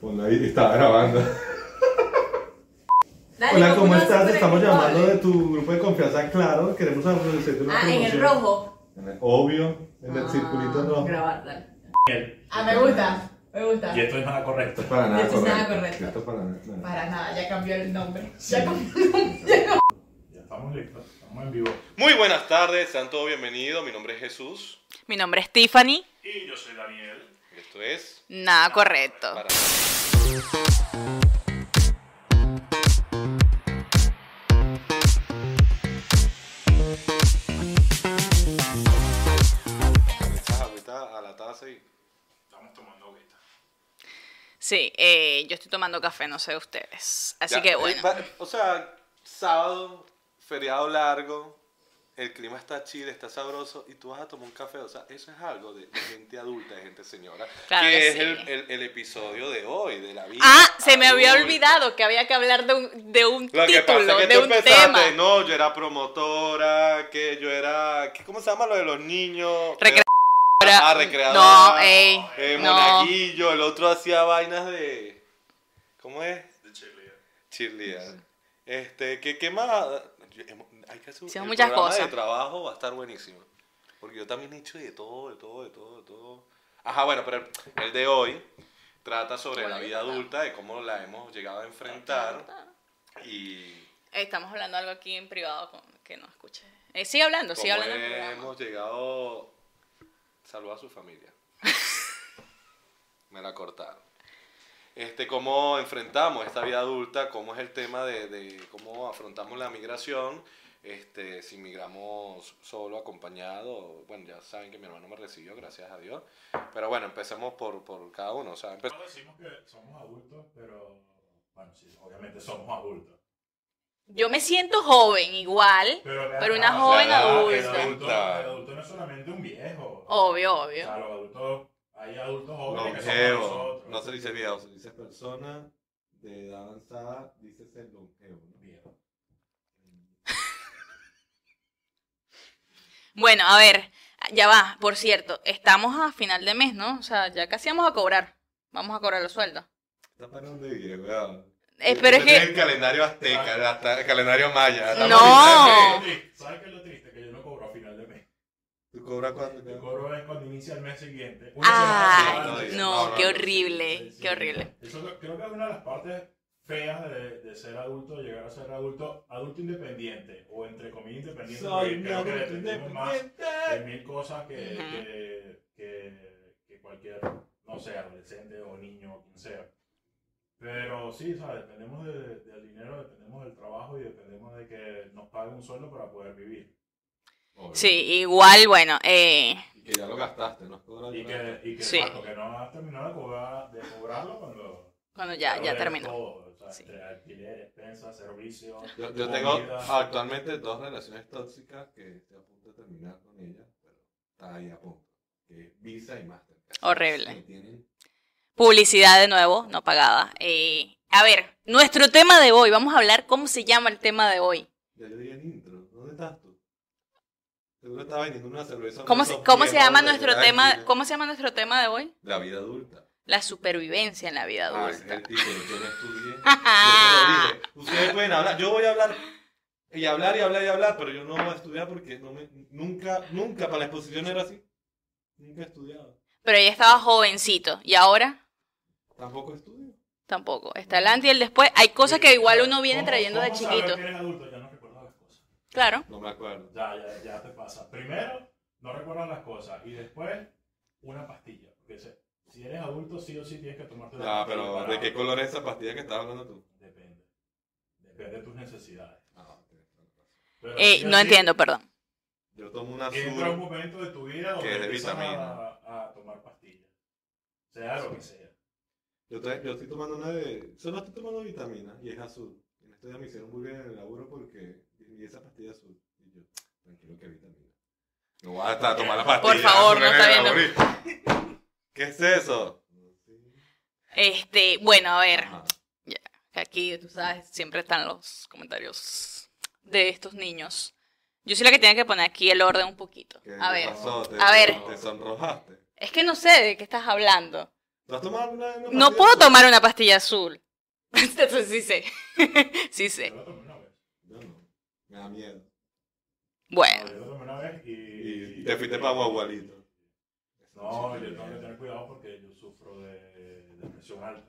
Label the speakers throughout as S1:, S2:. S1: con David y estaba grabando. Hola, ¿cómo estás? Te estamos llamando de tu grupo de confianza, claro. Queremos ofrecerte una
S2: Ah, en el
S1: promoción.
S2: rojo.
S1: En el- Obvio, en el
S2: Ah,
S1: circulito rojo.
S2: Grabar, dale.
S3: Miel.
S4: Ah, me gusta, me gusta.
S3: Y esto es nada correcto.
S1: Esto es para nada
S2: Esto es
S1: correcto.
S2: nada correcto.
S1: Esto es para nada correcto.
S4: Para nada, ya cambió el nombre. Ya cambió.
S3: Ya estamos listos, estamos en vivo.
S1: Muy buenas tardes, sean todos bienvenidos. Mi nombre es Jesús.
S2: Mi nombre es Tiffany.
S3: Y yo soy Daniel.
S1: Esto es
S2: Nada correcto.
S1: Echas agüita a la taza y
S3: Estamos tomando agüita.
S2: Sí, eh, yo estoy tomando café, no sé ustedes. Así
S1: Ya,
S2: que
S1: eh,
S2: bueno.
S1: va- o sea, sábado, feriado largo, el clima está chill, está sabroso y tú vas a tomar un café. O sea, eso es algo de, de gente adulta, de gente señora.
S2: Claro
S1: que
S2: que
S1: es
S2: sí.
S1: el, el- el episodio de hoy, de la vida.
S2: Ah, se me había
S1: adulta.
S2: olvidado que había que hablar de un, de un
S1: Lo que
S2: título,
S1: pasa es que
S2: de
S1: tú
S2: un tema.
S1: empezaste, no, yo era promotora, que yo era, ¿qué- ¿cómo se llama lo de los niños?
S2: Recreadora.
S1: Ah, recreadora.
S2: No, ey.
S1: Eh,
S2: no.
S1: Monaguillo, el otro hacía vainas de, ¿cómo es?
S3: De Chile.
S1: Cheerleader. Este, ¿qué, qué más? Yo- hemos- Hay que hacer
S2: Hicimos
S1: el
S2: muchas
S1: programa
S2: cosas.
S1: de trabajo va a estar buenísimo. Porque yo también he hecho de todo, de todo, de todo, de todo. Ajá, bueno, pero el- el de hoy trata sobre
S2: Bueno,
S1: la
S2: yo
S1: vida
S2: trataba.
S1: adulta, de cómo la hemos llegado a enfrentar y
S2: Eh, Estamos hablando algo aquí en privado con- que no escuche. Eh, sigue hablando, sigue
S1: cómo
S2: hablando. en el programa.
S1: hemos llegado saludar a su familia. Me la cortaron. Este, cómo enfrentamos esta vida adulta, cómo es el tema de, de cómo afrontamos la migración, este, si migramos solo, acompañado, bueno, ya saben que mi hermano me recibió, gracias a Dios, pero bueno, empecemos por, por cada uno, o sea, empe-
S3: No decimos que somos adultos, pero bueno, sí, obviamente somos adultos.
S2: Yo me siento joven igual.
S3: Pero,
S2: Pero una
S3: ah,
S2: joven
S3: el
S2: adulta.
S3: adulto- El adulto, no es solamente un viejo.
S2: Obvio,
S3: O
S2: obvio.
S3: sea, los adultos, hay adultos jóvenes que somos
S1: longevo,
S3: nosotros.
S1: no se dice viejo, se dice persona de edad avanzada, dice ser longevo, ¿no?
S3: Viejo.
S2: Bueno, a ver, ya va, por cierto, estamos a final de mes, ¿no? O sea, ya casi vamos a cobrar. Vamos a cobrar los sueldos.
S1: Está para dónde ir, weón.
S2: Eh, pero es
S1: Ese es
S2: que.
S1: el calendario azteca, el, azta- el calendario maya.
S2: No.
S1: Estamos en-
S3: ¿Sabes qué es lo triste? Que yo no cobro a final de mes.
S1: ¿Tú cobras
S3: Yo
S1: cuánto?
S3: cobro Eh, es cuando inicia el mes siguiente. Una semana
S2: ¡Ay!
S3: antes.
S1: no,
S2: No,
S1: no,
S2: qué
S1: no,
S3: Sí,
S2: horrible,
S3: sí.
S2: qué horrible.
S3: Eso creo- creo que es una de las partes feas de, de ser adulto, de llegar a ser adulto, adulto independiente o entre comillas independiente. porque creo que dependemos más de mil cosas que,
S2: Ujú.
S3: que, que- que cualquier, no sé, adolescente o niño o quien sea. Pero sí, o sea, dependemos de- del dinero, dependemos del trabajo y dependemos de que nos paguen un sueldo para poder vivir.
S2: Sí, igual, bueno, eh,
S1: Y que ya lo gastaste, no has cobrado
S3: Y que, y que,
S2: Sí.
S3: exacto, que no has terminado de, cobrar- de cobrarlo cuando...
S2: cuando ya,
S3: Pero
S2: ya
S3: de
S2: terminó.
S3: todo, o sea,
S2: Sí.
S3: entre alquiler, despensa, servicio.
S1: Yo, yo tengo
S3: comida.
S1: actualmente dos relaciones tóxicas que estoy a punto de terminar con ellas, pero está ahí a punto. Que es Visa y Master.
S2: Horrible.
S1: tienen
S2: Publicidad de nuevo, no pagada. Eh, a ver, nuestro tema de hoy, vamos a hablar cómo se llama el tema de hoy.
S1: Ya yo dije el intro. ¿Dónde estás tú? Seguro estaba vendiendo una cerveza.
S2: ¿Cómo se,
S1: Esos
S2: cómo se
S1: viejos
S2: llama
S1: de
S2: nuestro
S1: verdad,
S2: tema?
S1: Chile.
S2: ¿Cómo se llama nuestro tema de hoy?
S1: La vida adulta.
S2: La supervivencia en la vida
S1: Ah, ese es
S2: adulta.
S1: el título, yo no estudié. Yo
S2: Ah.
S1: se lo dije. Ustedes pueden hablar, yo voy a hablar y hablar y hablar y hablar, pero yo no voy a estudiar porque no me, nunca, nunca para la exposición era así. Nunca he estudiado.
S2: Pero ella estaba jovencito y ahora
S1: Tampoco estudio.
S2: tampoco. Está el antes y el después. Hay cosas que igual uno viene
S3: ¿Cómo-
S2: trayendo de
S3: cómo saber
S2: chiquito.
S3: que eres adulto? Ya no recuerdas las cosas.
S2: Claro.
S1: No me acuerdo.
S3: Ya, ya, ya te pasa. Primero, no recuerdas las cosas. Y después, una pastilla. Porque se- si eres adulto, sí o sí tienes que tomarte una
S1: Ah,
S3: pastilla
S1: pero
S3: para-
S1: ¿de qué color es esa pastilla que estás hablando tú?
S3: Depende. Depende de tus necesidades.
S1: Ah, ok.
S3: Pero
S2: Eh,
S3: sí o
S2: no
S3: sí,
S2: entiendo, perdón.
S1: Yo tomo una
S3: Entra un
S1: azul.
S3: momento de tu vida
S1: Que
S3: donde
S1: es de
S3: empiezas
S1: vitamina.
S3: a, a tomar pastillas. Sea lo que sea.
S1: Yo, estoy- yo estoy tomando una de. Solo estoy tomando vitamina y es azul. En este día me hicieron muy bien en el laburo porque. Y esa pastilla azul. Y yo, tranquilo que vitamina. No vas a estar a tomar la pastilla.
S2: Por favor,
S1: azul
S2: no
S1: en
S2: está
S1: el
S2: viendo.
S1: laboratorio. ¿Qué es eso?
S2: Este, bueno, a ver.
S1: Ajá.
S2: que aquí, tú sabes, siempre están los comentarios de estos niños. Yo soy la que tiene que poner aquí el orden un poquito.
S1: ¿Qué
S2: A
S1: te
S2: ver,
S1: pasó? ¿Te-
S2: a ver.
S1: Te sonrojaste.
S2: es que no sé de qué estás hablando.
S1: ¿Tú has tomado alguna vez una
S2: No
S1: pastilla
S2: puedo
S1: azul?
S2: tomar una pastilla azul. Entonces sí sé. Sí sé.
S3: Yo lo tomé una vez.
S1: Yo no. Me da miedo.
S2: Bueno.
S3: Yo lo tomé una vez y.
S1: Y te fuiste para Guagualito.
S3: No, yo tengo que tener cuidado porque yo sufro de, de presión alta.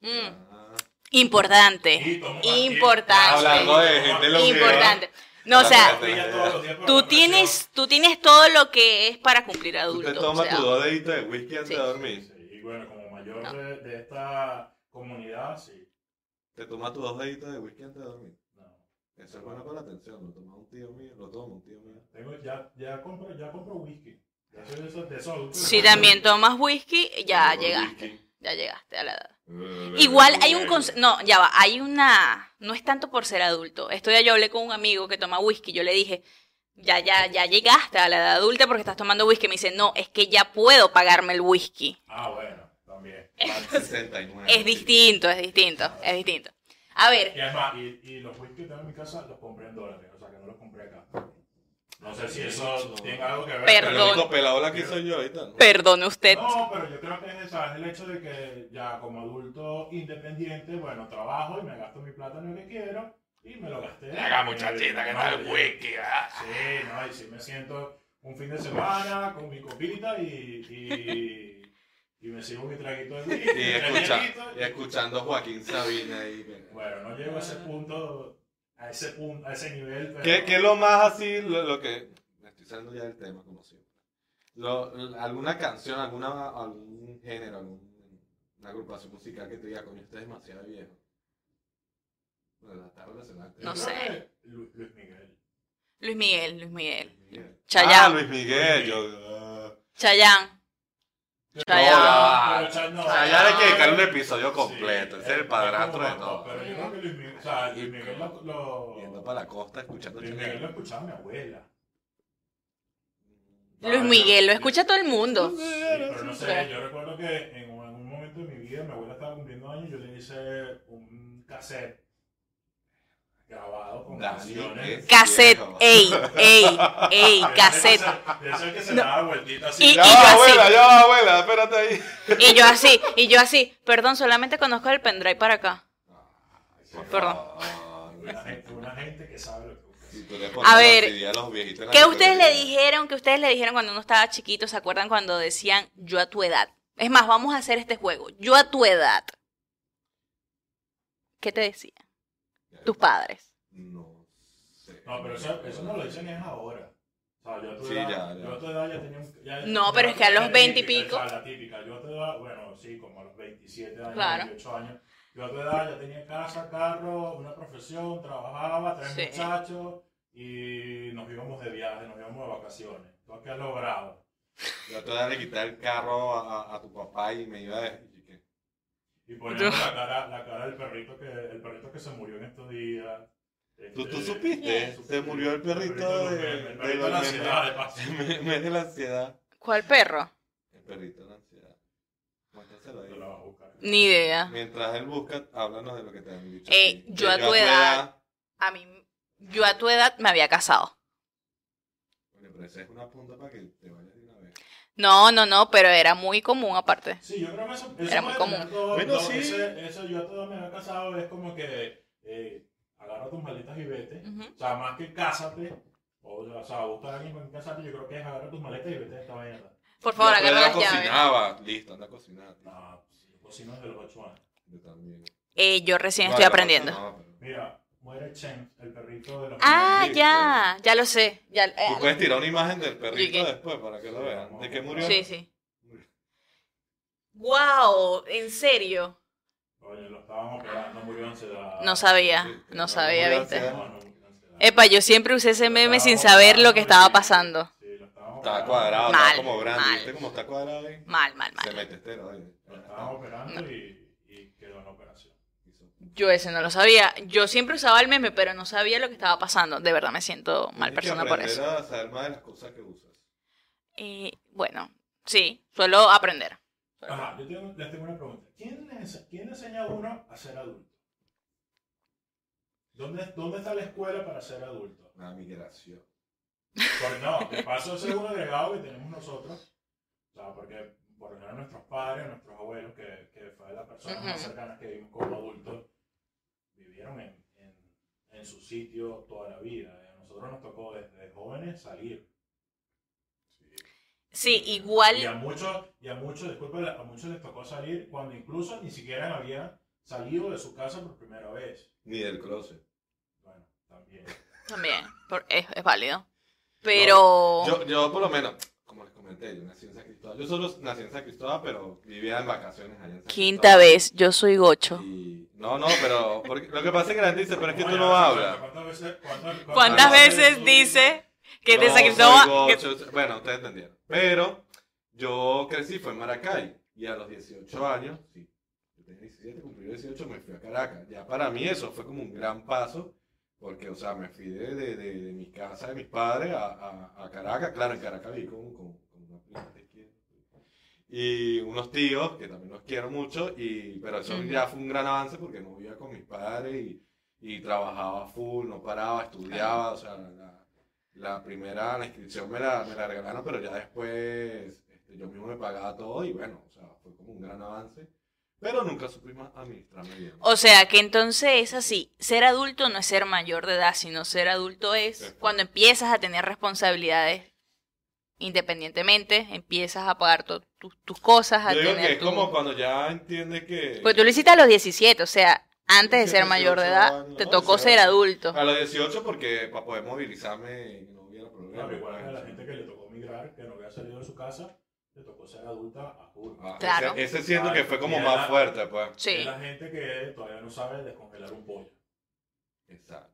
S2: Mm,
S1: Ah.
S2: Importante.
S3: Y tomo
S2: Importante.
S1: Hablando de gente lo
S2: Importante. No, o sea,
S3: pastillas todos los días por
S2: tú
S3: la
S2: tienes, tú tienes todo lo que es para cumplir
S1: Tú te
S2: adulto. o
S1: tomas
S2: sea,
S1: tu dos deditos de whisky antes
S2: Sí.
S1: de
S3: presión.
S1: dormir.
S3: Sí, Y bueno, como mayor
S2: No.
S3: de, de esta comunidad, sí.
S1: Te tomas tus dos deditos de whisky antes de dormir.
S3: No.
S1: Eso es bueno para la atención. Lo toma un tío mío. Lo toma un tío mío.
S3: Tengo, ya, ya, compro, ya compro whisky. Ya soy de esos, de esos adultos.
S2: si también tomas whisky, ya
S1: Lo toma
S2: llegaste.
S1: whisky.
S2: Ya llegaste a la edad.
S1: Eh,
S2: Igual hay un
S1: eh,
S2: conse- no, ya va, hay una, no es tanto por ser adulto. Esto ya yo hablé con un amigo que toma whisky, yo le dije, ya, ya, ya llegaste a la edad adulta porque estás tomando whisky. Me dice, no, es que ya puedo pagarme el whisky.
S3: Ah, bueno, también.
S1: Max 69,
S2: Es
S1: sí.
S2: distinto, es distinto, es distinto. A ver,
S3: Y es más, y, y los whisky que tengo en mi casa los compré en dólares, o sea que no los compré acá. No sé si eso
S1: No.
S3: tiene algo que ver.
S1: Pero el
S2: Perdón.
S1: único pelado la que soy yo ahorita. ¿no?
S2: perdone usted.
S3: No, pero yo creo que es, esa, es el hecho de que ya como adulto independiente, bueno, trabajo y me gasto mi plata en lo que quiero y me lo gasté. No, ah. Sí, no, y sí me siento un fin de semana con mi copita y, y, y me sirvo mi traguito de whisky.
S1: Y,
S3: mi
S1: escucha-
S3: traguito,
S1: y escuchando a Joaquín Sabina ahí.
S3: Bueno, no llego a ese punto, a ese punto, a ese nivel. Pero...
S1: ¿Qué, qué es lo más así, lo, lo que... Me estoy saliendo ya del tema, como siempre. Lo- ¿Alguna canción, alguna, algún género, alguna agrupación musical que te diga, coño, usted es demasiado viejo? Bueno, está relacionado.
S3: Yo
S2: No
S3: creo
S2: sé.
S3: que Lu- Luis Miguel.
S2: Luis Miguel, Luis Miguel.
S1: Miguel. Ah,
S2: Chayanne.
S1: Luis Miguel. Yo, ah.
S2: Chayán.
S1: Chayanne.
S3: Pero Chayanne no.
S1: ah, ya hay que dedicar un
S3: Sí,
S1: episodio completo. Ese es el padrastro de
S3: como-
S1: todo.
S3: Pero yo creo que Luis Miguel, o sea, Luis Miguel lo... lo-
S1: Yendo para la costa, escuchando
S3: Luis Miguel lo escuchaba mi abuela.
S2: Luis Miguel, lo escucha todo el mundo.
S3: Sí, pero no sé,
S2: Sí.
S3: yo recuerdo que en un, en un momento de mi vida mi abuela estaba cumpliendo años, yo le hice un cassette grabado con
S1: Dani,
S3: canciones.
S1: ¿qué?
S2: Cassette,
S1: Viejo.
S2: ey, ey, ey,
S3: De ese
S2: cassette.
S3: que se- De ese que se daba vueltita así.
S2: Y-
S1: Ya
S2: eh, y yo
S1: va,
S2: así.
S1: abuela, ya va, abuela, espérate ahí.
S2: Y yo así, y yo así, perdón, solamente conozco el pendrive para acá.
S1: Por
S2: Perdón.
S1: favor.
S3: Una gente, una gente que sabe lo que busca.
S1: Si tú le pones la
S2: ver,
S1: CD a los viejitos en la
S2: ¿Qué ustedes le
S1: librería,
S2: dijeron? ¿Qué ustedes le dijeron cuando uno estaba chiquito? ¿Se acuerdan cuando decían yo a tu edad? Es más, vamos a hacer este juego. Yo a tu edad. ¿Qué te decían tus padres?
S1: No sé.
S3: No, pero eso, eso no lo dicen es ahora. O sea, yo a tu
S1: Sí,
S3: edad,
S1: ya, ya.
S3: yo a tu edad ya tenía un... ya-
S2: No,
S3: ya-
S2: pero es que a los
S3: la
S2: 20 y
S3: típica,
S2: pico.
S3: o sea, la típica, yo a tu edad, bueno, sí, como a los 27 años,
S2: Claro.
S3: 28 años. Yo a tu edad ya tenía casa, carro, una profesión, trabajaba, tres
S2: Sí.
S3: muchachos y nos íbamos de viaje, nos íbamos de vacaciones. ¿Tú qué has logrado?
S1: Yo te voy a darle quitar el carro a, a- a tu papá y me iba a decir y que-
S3: Y poníamos la cara, la cara del perrito que, el perrito que se murió en estos días.
S1: ¿Tú, tú
S3: Este,
S1: supiste, se murió el perrito de,
S3: El perrito de la ansiedad, de paso.
S1: me- me de la ansiedad.
S2: ¿Cuál perro?
S1: El perrito de la ansiedad. Muéstraselo
S3: Te lo
S1: ahí.
S3: vas a buscar.
S2: Ni idea.
S1: Mientras él busca, háblanos de lo que te han dicho.
S2: Eh,
S1: aquí.
S2: yo
S1: Que
S2: a tu edad- A mí, yo a tu edad me había casado.
S1: Bueno, pero esa es una punta para que te vayas de una vez.
S2: No, no, no, pero era muy común aparte.
S3: Sí, yo creo que eso, eso
S2: Era muy
S3: puede
S2: común.
S3: tener todo-
S1: Bueno,
S3: todo
S1: sí.
S3: ese- eso yo todo me había casado, es como que eh, agarra tus maletas y vete.
S2: Ujú.
S3: O sea, más que cásate, o, o sea, buscar a alguien con quien casarte, yo creo que es agarra tus maletas y vete de esta mierda.
S2: Por favor,
S1: Yo a tu edad
S2: agarra las llaves.
S1: cocinaba. Listo, anda a cocinar.
S3: No, si yo cocino desde los 8 años.
S1: Yo también.
S2: Eh, yo recién
S1: No,
S2: estoy
S1: yo
S2: aprendiendo.
S1: cocinaba, pero-
S3: Mira, muere Chen, el perrito de los...
S2: Ah,
S1: Sí,
S2: ya, ya lo sé. Ya, eh,
S1: Tú puedes tirar una imagen del perrito
S2: Llegué.
S1: después para que lo vean. ¿De qué murió?
S2: sí, sí. Wow, en serio.
S3: Oye, lo estaban operando, murió de ansiedad.
S1: Ah,
S2: No sabía, no sabía,
S1: Murió de
S2: ¿viste?
S1: ansiedad.
S3: No, no, murió de ansiedad.
S2: Epa, yo siempre usé ese
S3: Lo
S2: meme sin
S3: estaban
S2: saber lo que
S3: operando
S2: estaba
S3: y-
S2: pasando.
S3: Sí, lo estaban
S1: Está
S3: operando.
S1: cuadrado,
S2: Mal,
S1: está como grande.
S2: mal.
S1: ¿Viste cómo está cuadrado ahí?
S2: Mal, mal,
S1: Se
S2: mal.
S1: mete este, esteroides.
S3: Lo estaban operando y, y quedó en la operación.
S2: Yo ese no lo sabía. Yo siempre usaba el meme, pero no sabía lo que estaba pasando. De verdad me siento
S1: Tienes
S2: mal
S1: que
S2: persona por
S1: aprender
S2: eso.
S1: a saber más de las cosas que usas.
S2: Eh, bueno, sí, suelo aprender.
S3: Ajá, yo tengo, les tengo una pregunta. ¿Quién le, ense- quién le enseña a uno a ser adulto? ¿Dónde, ¿Dónde está la escuela para ser adulto?
S1: La migración.
S3: Pues no, de paso ese es un agregado que tenemos nosotros. O sea, porque por lo general nuestros padres, nuestros abuelos, que, que fue las personas más
S2: Ujú.
S3: cercanas que vivimos como adultos, vivieron en, en, en su sitio toda la vida. A nosotros nos tocó desde jóvenes salir.
S2: Sí,
S3: Y a
S2: igual.
S3: muchos, y a muchos, disculpa, a muchos les tocó salir cuando incluso ni siquiera habían salido de su casa por primera vez.
S5: Ni del closet.
S3: Bueno, también.
S2: También, por- es, es válido. Pero.
S1: Yo, yo por lo menos, como les comenté, yo nací en San Cristóbal. Yo solo nací en San Cristóbal, pero vivía en vacaciones allá en San
S2: Quinta
S1: Cristóbal.
S2: vez, yo soy gocho.
S1: Y- No, no, pero porque- lo que pasa es que la gente dice, pero es que tú
S3: Oye,
S1: no hablas.
S3: ¿Cuántas veces, cuántas,
S2: ¿Cuántas
S1: Ah,
S2: veces dice que te
S1: No,
S2: saqué
S1: soy gocho, Bueno, ustedes entendieron. Pero yo crecí, fue en Maracay. Y a los 18 años, sí, yo tenía 17, cumplí 18, me fui a Caracas. Ya para mí eso fue como un gran paso. Porque, o sea, me fui de, de, de- de mi casa, de mis padres, a, a- a Caracas. Claro, en Caracas viví con, con, con una prima que quiero. Y unos tíos, que también los quiero mucho. Y, pero eso
S2: Ujú.
S1: ya fue un gran avance porque no vivía con mis padres y, y trabajaba full, no paraba, estudiaba, o sea, la, la primera, la inscripción me la, me la regalaron, pero ya después este, yo mismo me pagaba todo y bueno, o sea, fue como un gran avance, pero nunca supe más administrarme bien.
S2: O sea que entonces es así, ser adulto no es ser mayor de edad, sino ser adulto es
S1: Exacto.
S2: cuando empiezas a tener responsabilidades independientemente, empiezas a pagar to- tus- tus cosas, a
S1: Yo digo
S2: tener
S1: que es
S2: tu-
S1: como cuando ya entiendes que...
S2: Pues tú lo hiciste a los 17, o sea, antes de ser
S1: 17,
S2: mayor de
S1: 18
S2: edad,
S1: años, Ah,
S2: te
S1: ¿no?
S2: tocó
S1: 18.
S2: ser adulto.
S1: A los 18 porque para poder movilizarme no hubiera problema.
S3: Claro, igual que a la gente que le tocó migrar, que no había salido de su casa, le tocó ser adulta a full.
S1: Ah,
S2: Claro.
S1: Ese, ese siento que fue como
S3: Mira.
S1: más fuerte, pues.
S3: Es
S2: Sí.
S3: la gente que todavía no sabe descongelar un pollo.
S1: Exacto.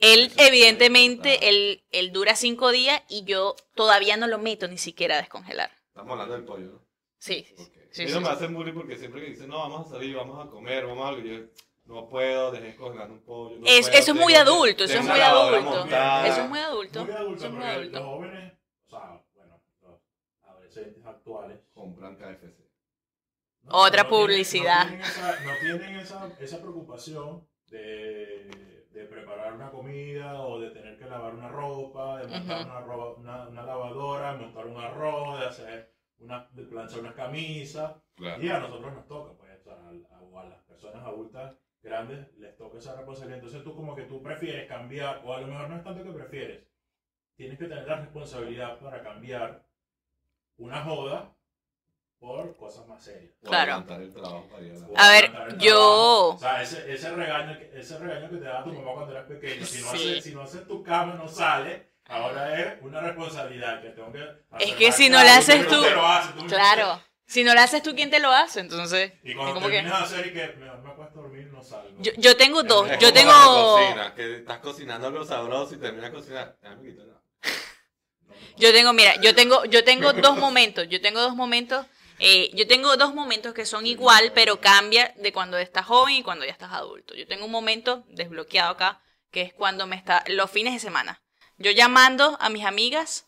S2: Él,
S1: Eso es muy
S2: evidentemente,
S1: importante.
S2: él, él dura cinco días y yo todavía no lo meto ni siquiera a descongelar.
S1: Estamos hablando del pollo, ¿no?
S2: Sí, sí, sí.
S1: Okay.
S2: Sí,
S1: Ellos
S2: sí,
S1: me
S2: sí.
S1: hacen bullying porque siempre que dicen, no, vamos a salir, vamos a comer, vamos a algo, yo no puedo, dejé congelar un pollo. no
S2: Es-
S1: puedo,
S2: eso es muy
S1: tengo-
S2: adulto, eso
S1: tengo
S2: es
S1: una
S2: muy
S1: lavadora
S2: adulto.
S1: montada".
S2: Eso es muy adulto.
S3: Muy adulto,
S2: Eso es muy
S3: porque
S2: adulto.
S3: los jóvenes, o sea, bueno, los adolescentes actuales.
S1: Compran KFC.
S3: no-
S2: Otra
S3: no tienen-
S2: publicidad.
S3: no tienen esa, no tienen esa- esa preocupación de, de preparar una comida o de tener que lavar una ropa, de montar
S2: Ujú.
S3: una, ro- una- una lavadora, montar un arroz, de hacer una, de planchar unas camisas.
S1: Claro.
S3: Y a nosotros nos toca, pues, o sea, a, o a las personas adultas grandes les toca esa responsabilidad. Entonces tú como que tú prefieres cambiar, o a lo mejor no es tanto que prefieres, tienes que tener la responsabilidad para cambiar una joda por cosas más serias.
S1: O
S2: Claro. Ah,
S1: adelantar el trabajo para ir a la-
S3: O
S2: A ver,
S3: adelantar el
S2: yo-
S3: trabajo. O sea, ese, ese, regaño, que- ese regaño que te daba tu mamá cuando eras pequeño, si no,
S2: Sí.
S3: haces, si no haces tu cama no sale, ahora es una responsabilidad que tengo que...
S2: Es
S3: hacer
S2: que
S3: más
S2: si no
S3: claro,
S2: la haces
S3: pero no
S2: tú-
S3: te lo haces, tú-
S2: Claro. Si no lo haces tú, ¿quién te lo hace? Entonces,
S3: Y
S2: es
S3: cuando
S2: como que...
S3: terminas de hacer y que me, me acuesto a dormir, no salgo.
S2: Yo, yo tengo dos.
S1: Es
S2: Yo
S1: como
S2: tengo...
S1: cuando cocinas, que estás cocinando algo sabroso y terminas de cocinar. "Ah, me quito la-".
S2: Yo tengo, mira, yo tengo, yo tengo dos momentos, yo tengo dos momentos, eh, yo tengo dos momentos que son igual, pero cambia de cuando estás joven y cuando ya estás adulto. Yo tengo un momento desbloqueado acá, que es cuando me está, los fines de semana. Yo llamando a mis amigas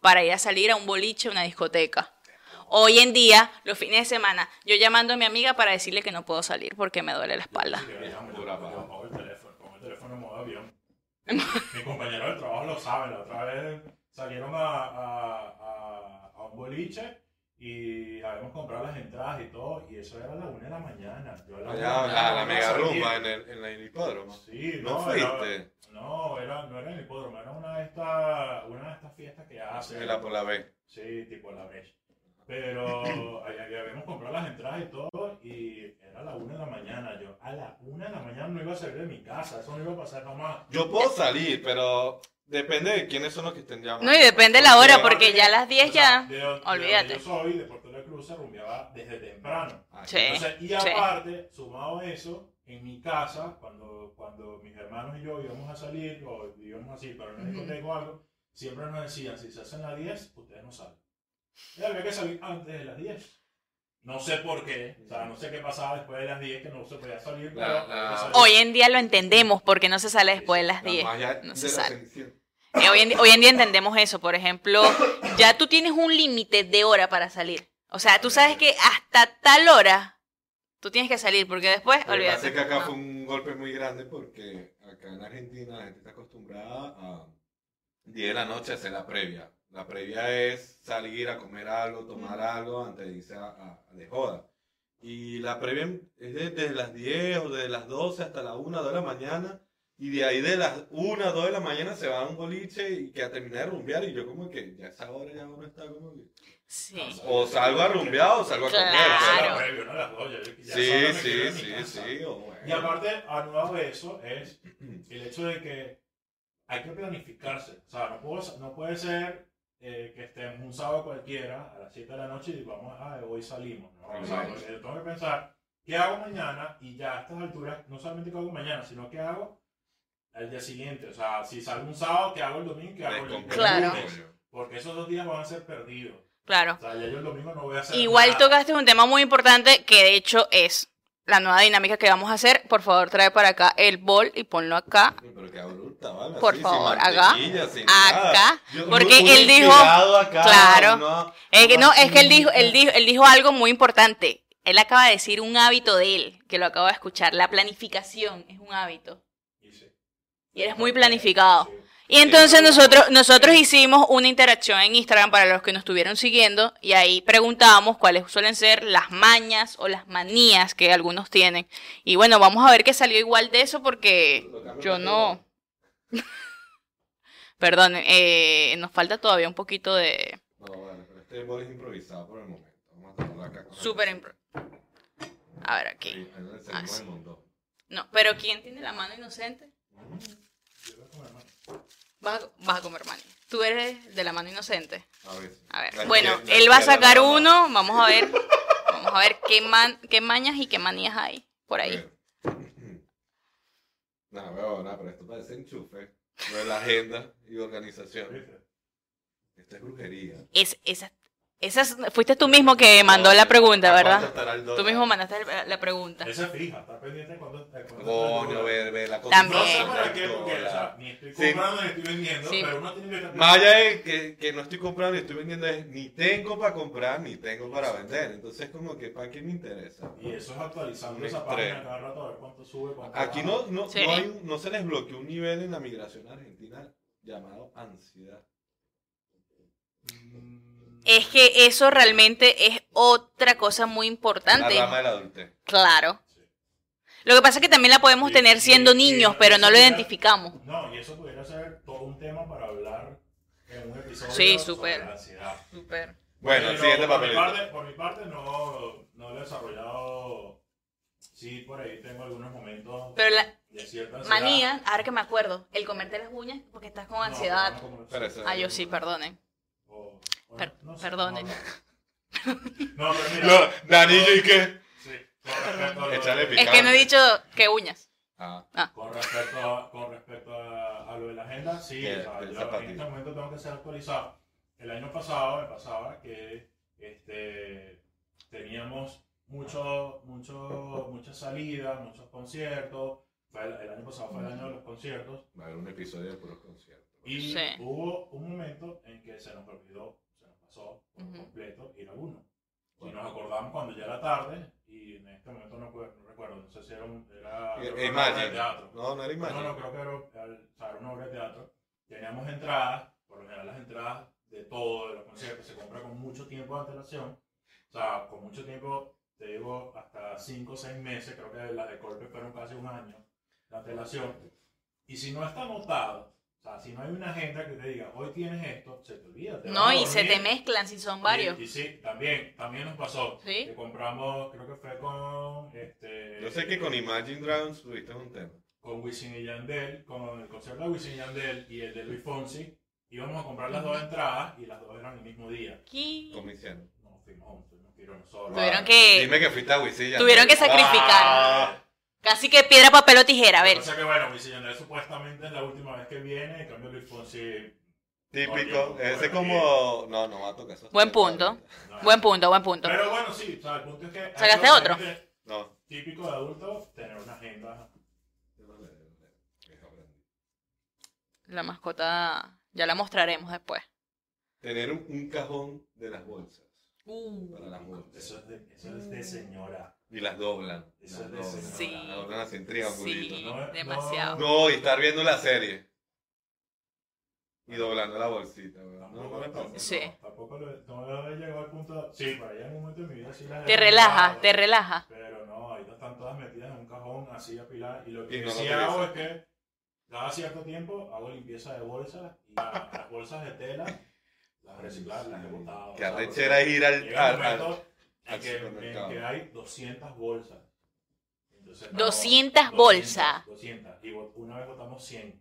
S2: para ir a salir a un boliche, a una discoteca. Hoy en día, los fines de semana, yo llamando a mi amiga para decirle que no puedo salir porque me duele la espalda.
S3: Sí, que llamo, yo-
S1: Pura paja.
S3: yo apago el teléfono, pongo el teléfono en modo avión. Mis compañeros del trabajo lo saben, la otra vez salieron a, a, a, a un boliche y habíamos comprado las entradas y todo, y eso era a la una de la mañana. Yo a la una
S1: Allá,
S3: de la
S1: a Ah, la
S3: mañana
S1: mega
S3: salí.
S1: rumba en el, en la- en el hipódromo.
S3: Sí,
S1: No fuiste.
S3: Era, no, era, no era en el hipódromo, era una de estas, una de estas fiestas que hacen.
S1: En la por la B.
S3: Sí, tipo la brecha. Pero ahí ahí habíamos comprado las entradas y todo, y era la una de la mañana. Yo a la una de la mañana no iba a salir de mi casa, eso no iba a pasar nomás.
S1: Yo puedo salir, pero depende de quiénes son los que estén llamando.
S2: No, y depende la hora,
S1: Porque-
S2: porque ya a las 10
S3: O sea,
S2: ya,
S3: de donde- de
S2: olvídate.
S3: donde Yo soy de Puerto de la Cruz, se rumbeaba desde temprano.
S1: Ay,
S2: Sí.
S3: Entonces, y
S2: Eh, sí.
S3: aparte, sumado a eso, en mi casa, cuando, cuando mis hermanos y yo íbamos a salir, o íbamos así para una
S2: Ujú.
S3: discoteca o algo, siempre nos decían, si se hacen las 10, ustedes no salen. Y había que salir antes de las 10. No sé por qué, o sea, no sé qué pasaba después de las 10 que no se podía salir, pero...
S1: La- la-
S3: había que salir.
S2: hoy en día lo entendemos porque no se sale después de las
S1: la
S2: 10.
S1: magia
S2: no
S1: de
S2: se
S1: la
S2: sale.
S1: Cenicienta.
S2: Eh, hoy, en, di- hoy en día entendemos eso, por ejemplo, ya tú tienes un límite de hora para salir. O sea, tú sabes que hasta tal hora tú tienes que salir, porque después,
S1: Lo que pasa
S2: Eh, olvídate.
S1: es que acá
S2: No.
S1: fue un golpe muy grande porque acá en Argentina la gente está acostumbrada a 10 de la noche a hacer la previa. La previa es salir a comer algo, tomar algo antes de irse a, a- a de joda. Y la previa es de- desde las 10 o desde las 12 hasta las 1, 2 de la mañana. Y de ahí de las 1, 2 de la mañana se va a un boliche y que a terminar de rumbear. Y yo como que ya a esa hora ya uno está como que...
S2: Sí.
S1: O salgo a rumbear o salgo a comer.
S2: Claro.
S1: o sea,
S3: Previo, ¿no? Las dos, ya- ya
S1: Sí,
S3: solamente
S1: sí,
S3: quiero mi
S1: sí,
S3: casa.
S1: sí. o bueno.
S3: Y aparte, anudado de eso, es el hecho de que hay que planificarse. O sea, no, puedo- no puede ser eh, que estemos un sábado cualquiera a las 7 de la noche y digamos, ah, hoy salimos. ¿no? O sea,
S1: Exacto.
S3: porque yo tengo que pensar, ¿qué hago mañana? Y ya a estas alturas, no solamente qué hago mañana, sino qué hago al día siguiente. O sea, si salgo un sábado, ¿qué hago el domingo? ¿Qué hago el
S1: Descomprendo,
S2: Claro.
S3: lunes? Porque esos dos días van a ser perdidos.
S2: Claro.
S3: O sea, ya yo el domingo no voy a hacer
S2: Igual
S3: nada.
S2: tocaste un tema muy importante que de hecho es la nueva dinámica que vamos a hacer. Por favor, trae para acá el bol y ponlo acá.
S1: Coño, Pero qué abrupta, ¿vale?
S2: Por
S1: Así,
S2: favor,
S1: sin
S2: acá.
S1: mantequilla, sin
S2: Acá.
S1: nada. Yo-
S2: Porque
S1: uno
S2: él dijo-
S1: inspirado acá,
S2: claro.
S1: uno-
S2: Es que no, es que él
S1: así.
S2: dijo, él dijo, él dijo algo muy importante. Él acaba de decir un hábito de él, que lo acabo de escuchar. La planificación es un hábito.
S3: Y sí.
S2: Y eres muy planificado.
S3: Sí.
S2: Y entonces nosotros, nosotros hicimos una interacción en Instagram para los que nos estuvieron siguiendo y ahí preguntábamos cuáles suelen ser las mañas o las manías que algunos tienen. Y bueno, vamos a ver qué salió igual de eso porque yo no. Perdón, eh, nos falta todavía un poquito de
S1: No, bueno, pero este bol es improvisado por el momento. Vamos a tomarlo acá. con el-
S2: super. impro- A ver aquí.
S1: Sí, ahí donde salimos
S2: Así.
S1: del mundo.
S2: No, pero ¿quién tiene la mano inocente?
S3: Yo voy a comer más.
S2: Vas a, vas a comer mani. Tú eres de la mano inocente.
S1: A ver.
S2: A ver,
S1: La
S2: bueno,
S1: izquierda-
S2: él va a
S1: la izquierda
S2: sacar
S1: nada más.
S2: uno, vamos a ver, vamos a ver qué, man, qué mañas y qué manías hay por
S1: A
S2: ahí.
S1: ver. No, veo, no, pero esto parece enchufe. No es la agenda y organización.
S3: ¿Viste?
S1: Esto es brujería.
S2: Es, esas, esas, fuiste tú mismo que mandó la pregunta,
S1: ¿A cuánto
S2: ¿verdad?
S1: estará el dólar?
S2: Tú mismo mandaste la- la pregunta.
S3: Esa es fija, está pendiente de cuando. de cuando
S1: Coño, ver, ver, la
S3: No
S2: También.
S3: sé
S1: cotización
S3: para
S1: del
S3: qué, porque o
S1: dólar.
S3: sea, ni estoy
S1: Sí.
S3: comprando ni estoy vendiendo,
S2: Sí.
S3: pero uno tiene que estar.
S1: Más allá de que, que no estoy comprando y estoy vendiendo, es ni tengo para comprar ni tengo para vender. Entonces, como que para qué me interesa.
S3: Y eso es actualizando
S1: Un
S3: esa
S1: extremo.
S3: página cada rato a ver cuánto sube, cuánto
S1: Aquí
S3: baja.
S1: no, no,
S2: Sí.
S1: no, hay un- no se les bloqueó un nivel en la migración argentina llamado ansiedad.
S3: Mm,
S2: Es que eso realmente es otra cosa muy
S1: La
S2: importante.
S1: rama de la adultez.
S2: Claro.
S3: Sí.
S2: Lo que pasa es que también la podemos
S3: Y-
S2: tener
S3: y-
S2: siendo
S3: y-
S2: niños,
S3: y-
S2: pero no lo
S3: y-
S2: identificamos.
S3: No, y eso pudiera ser todo un tema para hablar en un episodio. sobre
S2: Sí, súper.
S3: la ansiedad.
S1: Bueno, el
S3: Pero
S1: siguiente
S3: por mi,
S1: papelito.
S3: parte, por mi parte no, no lo he desarrollado. Sí, por ahí tengo algunos momentos
S2: Pero la
S3: de cierta ansiedad.
S2: manía, ahora que me acuerdo, el comerte las uñas porque estás con
S3: No,
S2: ansiedad.
S3: no, como-
S1: Pero eso-
S2: Ah, yo sí, perdonen.
S3: O- o-
S2: Per-
S3: no sé,
S2: perdone.
S3: no, No, No, pero mira,
S1: No, Danilo, ¿y qué?
S3: sí, con respecto a lo
S1: Échale
S3: de-
S1: pica.
S2: Es que no he dicho que uñas.
S1: Ah,
S3: Con respecto a, con respecto a, a lo de la agenda, sí,
S1: Que
S3: o sea,
S1: el
S3: yo
S1: zapatillo.
S3: en este momento tengo que ser actualizado. El año pasado me pasaba que este, teníamos mucho, mucho, muchas salidas, muchos conciertos. Fue el, el año pasado fue el año de los conciertos.
S1: va a haber un episodio de puros conciertos.
S3: Y
S2: Sí.
S3: hubo un momento en que se nos olvidó, se nos pasó por
S2: Ujú.
S3: completo ir a uno. Y nos acordamos cuando ya era tarde, y en este momento no, acuer- no recuerdo, no sé si era, un, era,
S1: Eh,
S3: creo que era una obra de
S1: Imagine.
S3: teatro.
S1: No, no era
S3: No, no,
S1: Imagine.
S3: creo que era, era- o sea, era una obra de teatro. Teníamos entradas, por lo general las entradas de todo, de los conciertos, se compra con mucho tiempo de antelación. O sea, con mucho tiempo, te digo, hasta 5 o 6 meses, creo que las de golpe fueron casi un año de antelación. Y si no está anotado, o sea, si no hay una agenda que te diga, hoy tienes esto, se te olvida. te
S2: No,
S3: vas a
S2: y se
S3: dormir
S2: te mezclan si son varios.
S3: y, y sí, también, también nos pasó.
S2: Sí.
S3: Que compramos, creo que fue con este.
S1: Yo sé que con Imagine Dragons tuviste un tema.
S3: con Wisin y Yandel, con el concierto de Wisin y Yandel y el de Luis Fonsi, íbamos a comprar las dos entradas y las dos eran el mismo día.
S2: Aquí.
S1: ¿Cómo hicieron?
S3: No fuimos juntos, nos tiraron solos.
S2: Tuvieron
S1: Ah,
S2: que-
S1: Dime que fuiste a Wisilla.
S2: Tuvieron que sacrificar.
S1: Ah,
S2: Casi que piedra, papel o tijera. A ver,
S3: O sea que bueno, Wisin y Yandel supuestamente es la última vez que viene, en cambio Luis Fonsi.
S1: típico.
S3: Oye,
S1: Ese
S3: bueno,
S1: como. No, no va a tocar eso.
S2: Buen punto.
S3: no.
S2: buen punto, buen punto.
S3: Pero bueno, sí, o sea, el punto es que.
S2: ¿Sacaste otro?
S3: obviamente,
S1: No.
S3: Típico de adulto, tener una agenda.
S2: La mascota ya la mostraremos después.
S1: Tener un, un cajón de las bolsas. Para las
S3: Eso
S1: bolsas.
S3: es de, eso es de señora.
S1: Y las doblan.
S3: Eso
S1: Las
S3: es de
S1: doblan.
S3: señora.
S2: Sí.
S1: Las doblan así en triangulito.
S2: Sí,
S3: no, no.
S2: demasiado.
S1: No, y estar viendo la serie. y doblando la bolsita. weón. No,
S3: Tampoco,
S1: no me
S3: tampoco,
S1: pasa.
S2: Sí.
S3: no, tampoco lo- no he llegado al punto. Sí, para allá en un momento de mi vida sí las he
S2: Te
S3: doblado,
S2: relaja, te relaja.
S3: Pero no, ahorita están todas metidas en un cajón así apiladas. Y lo
S1: Y
S3: que
S1: no lo
S3: sí
S1: utilizas.
S3: hago es que cada cierto tiempo hago limpieza de bolsas y la- las bolsas de tela las reciclar, las he botado.
S1: Qué
S3: o sea,
S1: arrechera ir al.
S3: porque Llega un
S1: al- al-
S3: momento en
S1: al
S3: que,
S1: supermercado.
S3: en que hay 200 bolsas. Entonces, no,
S2: 200 bolsas.
S3: 200. Y bot- una vez botamos 100.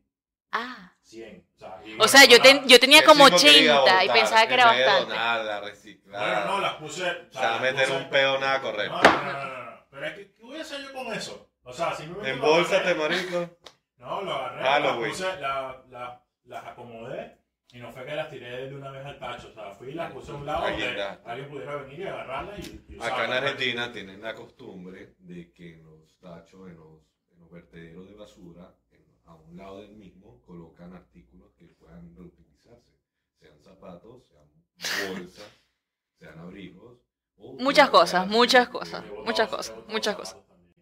S2: Ah.
S3: 100. O sea, y
S2: O sea, yo, ten- yo tenía
S1: Qué
S2: como
S1: chingo que diga
S2: 80 y
S1: botar,
S2: pensaba que era
S1: en vez de
S2: bastante.
S1: donarla,
S3: Bueno,
S1: reciclarla.
S3: no, las puse. O
S1: O sea,
S3: las
S1: meter
S3: puse-
S1: un pedo nada correcto.
S3: No, no, no, no, no. Pero es que, ¿qué voy a hacer yo con eso? O sea, si me
S1: En bolsa, te marico.
S3: No, lo agarré,
S1: Halloween.
S3: las puse, la- la- las acomodé y no fue que las tiré de una vez al tacho. O sea, fui y las puse a un lado
S1: Ahí
S3: donde
S1: está.
S3: alguien pudiera venir y agarrarla y,
S1: Acá
S3: y
S1: en
S3: usarla.
S1: Argentina tienen la costumbre de que en los tachos, en los, en los vertederos de basura, en- a un lado del mismo, colocan artículos que puedan reutilizarse. Sean zapatos, sean bolsas, sean abrigos. o-
S2: Muchas cosas, muchas
S1: Eh,
S2: cosas.
S3: He botado-
S2: muchas
S3: he
S2: cosas,
S3: botado
S2: muchas
S3: zapatos también.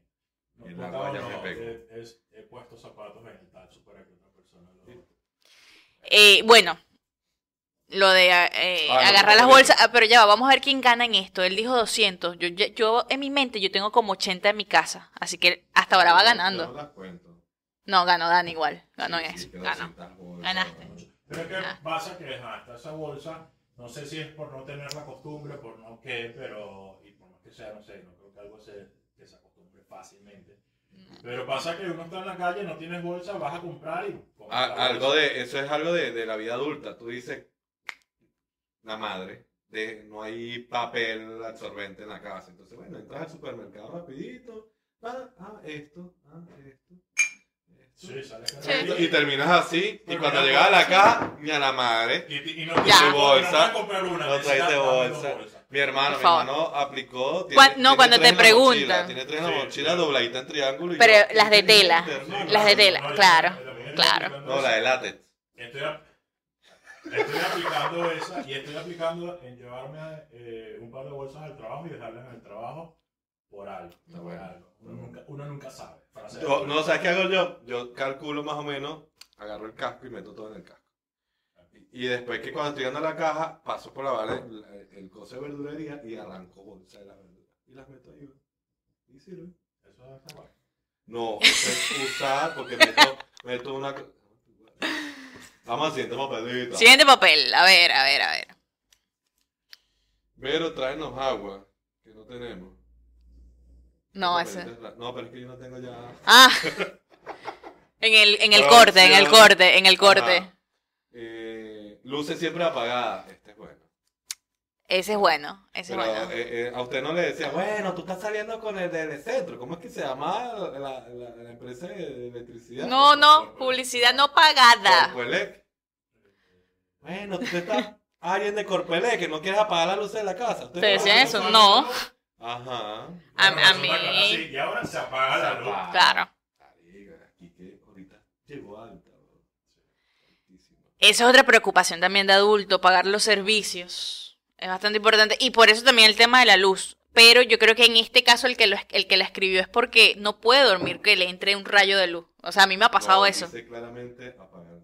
S3: No,
S1: El
S3: botado
S1: agua ya
S3: no,
S1: me pegó.
S3: he- es- he puesto zapatos en el tacho para que otra persona lo...
S2: Eh, bueno, lo de eh,
S1: Ah, no,
S2: agarrar las
S1: no, no.
S2: bolsas. Ah, pero ya va, vamos a ver quién gana en esto. Él dijo 200. Yo, yo, yo en mi mente yo tengo como 80 en mi casa. Así que hasta ahora va
S1: yo-
S2: ganando.
S1: yo Ah, no las cuento.
S2: No, ganó Dan igual. Ganó
S1: Sí,
S2: en
S1: sí,
S2: eso.
S1: quedan
S2: Ganó.
S1: cientas bolsas,
S2: Ganaste.
S1: ¿no?
S3: Pero es que
S2: Ah.
S3: pasa que ajá, está esa bolsa, no sé si es por no tener la costumbre, por no qué, pero, y por más que sea, no sé, no creo que algo se, que se acostumbre fácilmente. Pero pasa que uno está en la calle, no tienes bolsa, vas a comprar y... compras la
S1: A- algo
S3: bolsa.
S1: de eso es algo de, de la vida adulta tú dices la madre de no hay papel absorbente en la casa entonces bueno entras al supermercado rapidito ah, ah esto ah esto, esto.
S3: Sí, sales
S2: Sí.
S3: corriendo.
S1: Y, y terminas así y
S3: Pero
S1: cuando
S3: mira,
S1: llegas a la
S3: sí.
S1: casa ni a la madre
S3: Y, y- y no
S2: Ya.
S3: tienes bolsa, no
S1: Bolsa,
S3: puedes comprar una.
S1: no
S3: necesitas
S1: traiste
S3: dame dos
S1: bolsa.
S3: bolsas.
S1: mi hermano
S2: Por
S1: mi
S2: favor.
S1: hermano aplicó
S2: Cuan- no, cuando
S1: tres
S2: te
S1: en la mochila,
S2: preguntan.
S1: tiene tres en la
S3: Sí,
S1: mochila
S3: sí.
S1: dobladita en triángulo y
S2: Pero
S1: yo, ¿qué
S2: las de
S1: tiene
S2: tela,
S1: este hermano?
S2: las de tela,
S3: yo
S2: claro,
S3: también estoy
S2: claro.
S3: aplicando
S1: no la
S3: esa.
S1: de látex
S3: Estoy, a- estoy aplicando esa y estoy aplicando en llevarme eh, un par de bolsas al trabajo y dejarlas en el trabajo por algo.
S1: Está
S3: por
S1: bueno.
S3: algo. Uno, nunca, uno nunca sabe. Frase de-
S1: Yo- no, ¿sabes qué hago yo? Yo calculo más o menos, agarro el casco y meto todo en el casco. Y después que cuando estoy dando la caja, paso por la vale, la- el coso de verdurería y arranco bolsa de las verduras. Y las meto ahí. ¿Y sirve?
S3: Eso es bueno.
S1: No, eso es usar porque meto, meto una... co- Vamos al siguiente papelito.
S2: Siguiente papel. A ver, a ver, a ver.
S1: Pero tráenos agua, que no tenemos.
S2: No,
S1: Papelito
S2: ese.
S1: es ra- No, pero es que yo no tengo ya...
S2: Ah. En el, en el
S1: Producción.
S2: corte, en el corte, en el corte.
S1: Ah, Ajá. Ah, Eh, luces siempre apagadas. Este es bueno.
S2: Ese es bueno. Ese es
S1: Pero,
S2: bueno.
S1: eh, eh, a usted no le decía, bueno, tú estás saliendo con el del centro. ¿Cómo es que se llama la, la- la- la empresa de electricidad?
S2: No, no,
S1: Corpolec.
S2: publicidad no pagada.
S1: Corpolec. Bueno, tú estás alguien de Corpelec que no quieres apagar la luz de la casa. Usted
S2: Te
S1: está-
S2: decían eso, no.
S1: Ajá.
S2: A-
S3: Bueno,
S2: a
S3: eso está
S2: mí-
S3: claro, sí, Y ahora se apaga la luz.
S1: Zapata.
S2: Claro.
S1: Marica, aquí que ahorita llegó alta, bro. Altísima.
S2: Esa es otra preocupación también de adulto, pagar los servicios. Es bastante importante. Y por eso también el tema de la luz. Pero yo creo que en este caso el que, lo, es- el que la escribió es porque no puede dormir que le entre un rayo de luz. O sea, a mí me ha pasado
S1: No,
S2: eso.
S1: Dice claramente apagar luz.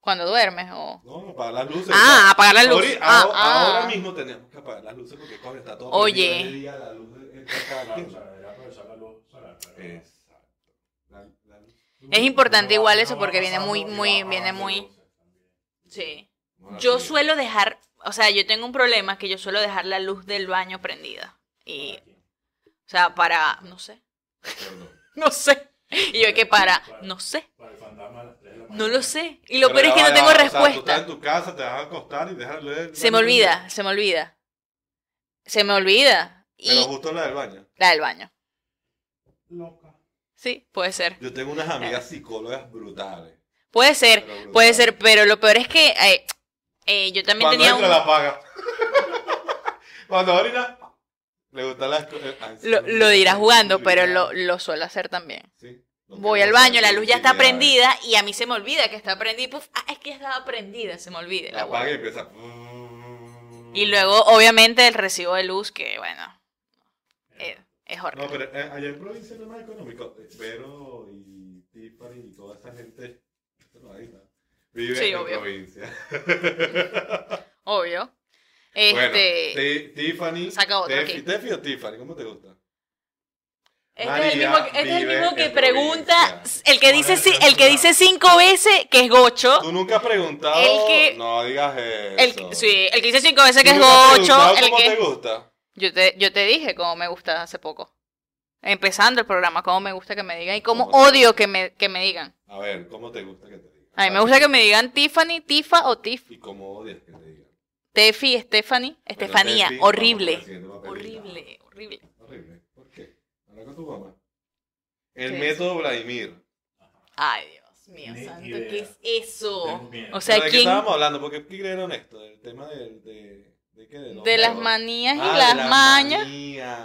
S2: Cuando duermes o...
S1: No, apagar las luces.
S2: Ah, apagar la luz.
S1: Ahorita-
S2: Ah,
S1: ahora,
S2: ah.
S1: ahora mismo tenemos que apagar las luces porque coño está todo
S2: Oye.
S1: prendido de día, la luz de- está acá,
S3: Claro,
S1: ¿qué?
S3: o sea, debería aprovechar la luz solar, pero no.
S1: Exacto. La- la luz.
S2: Es importante
S3: No va-
S2: igual
S3: no
S2: eso
S3: va
S2: porque viene
S3: pasando
S2: muy,
S3: y va
S2: muy,
S3: apagando
S2: viene muy...
S3: luces también.
S2: Sí.
S1: No, la
S2: Yo
S1: tuya.
S2: suelo dejar, o sea, yo tengo un problema que yo suelo dejar la luz del baño prendida. Y,
S3: Aquí.
S2: o sea, para, no sé,
S1: Perdón.
S2: no sé. Y yo que para, no sé,
S3: Para el fantasma a las 3 de la
S2: no
S3: mañana.
S2: lo sé. Y lo
S1: Pero
S2: peor es que
S1: ya
S2: no
S1: va,
S2: tengo
S1: ya va, o sea, tú estás en
S2: respuesta.
S1: tu casa, te vas a acostar y dejas leer.
S2: Se me olvida, se me olvida. Se me olvida.
S1: Pero
S2: Y
S1: justo la del baño.
S2: la del baño.
S3: Loca.
S2: Sí, puede ser.
S1: Yo tengo unas amigas psicólogas brutales.
S2: Puede ser,
S1: pero
S2: puede
S1: brutales.
S2: ser, pero lo peor es que eh, eh, yo también
S1: Cuando
S2: tenía
S1: entra la
S2: un...
S1: apaga. Cuando orina, le gustan las co- eh, ay, sí,
S2: Lo,
S1: no,
S2: lo
S1: no,
S2: dirás
S1: no,
S2: jugando,
S1: no,
S2: pero
S1: no,
S2: lo, lo suelo hacer también.
S1: sí, no
S2: Voy al
S1: quiero
S2: baño, la
S1: saber
S2: luz ya está
S1: qué tiene, a ver.
S2: prendida y a mí se me olvida que está prendida. y puf, ah, es que ya estaba prendida, se me olvida. el
S1: La
S2: agua.
S1: apaga y empieza.
S2: Y luego, obviamente, el recibo de luz, que bueno, eh, es
S1: No,
S2: horrible.
S1: pero eh, allá en provincia no es más económico. Eh, Vero y Tiffany y toda esa gente. esto no hay, ¿no? Vives
S2: Sí,
S1: en
S2: obvio.
S1: provincia.
S2: Obvio.
S1: Bueno,
S2: Este.
S1: Ti- Tiffany.
S2: saca otro
S1: Tefi,
S2: aquí.
S1: Tefi o Tiffany, ¿cómo te gusta?
S2: Este es el
S1: María
S2: mismo, este es el
S1: vive
S2: mismo que
S1: en
S2: pregunta,
S1: provincia.
S2: el que dice
S3: Ahora
S2: sí-
S3: está
S2: el que dice cinco veces que es gocho,
S1: Tú nunca has preguntado.
S2: El que-
S1: No digas
S2: el
S1: eso.
S2: que, sí, el que dice cinco
S1: Tú
S2: veces que es
S1: nunca has
S2: gocho,
S1: preguntado
S2: el
S1: ¿Cómo te
S2: que
S1: gusta?
S2: yo te, yo te dije cómo me gusta hace poco. Empezando el programa, cómo me gusta que me digan y cómo
S1: ¿Cómo te-
S2: odio que me, que me digan.
S1: A ver, ¿cómo te gusta que te digan?
S2: A mí me gusta que me digan Tiffany, Tifa o Tif.
S1: ¿Y cómo odias que te digan?
S2: Tefi, Stephanie, Estefanía,
S1: Tefi, vamos con la
S2: horrible.
S1: siguiente papelita.
S2: Horrible, horrible.
S1: Horrible. ¿Por qué? Habla con tu mamá. El
S2: Sí.
S1: método Vladimir.
S2: Ay, Dios mío,
S3: Ni
S2: santo,
S3: idea.
S2: ¿qué es eso?
S3: Tengo miedo.
S2: O sea,
S1: ¿De qué
S2: ¿quién
S1: estábamos hablando? ¿Por qué creyeron esto? Del tema del- de, de, qué? Del
S2: de las
S1: hombre.
S2: manías y
S1: Ah, de
S2: las
S1: las
S2: mañas?
S1: manías.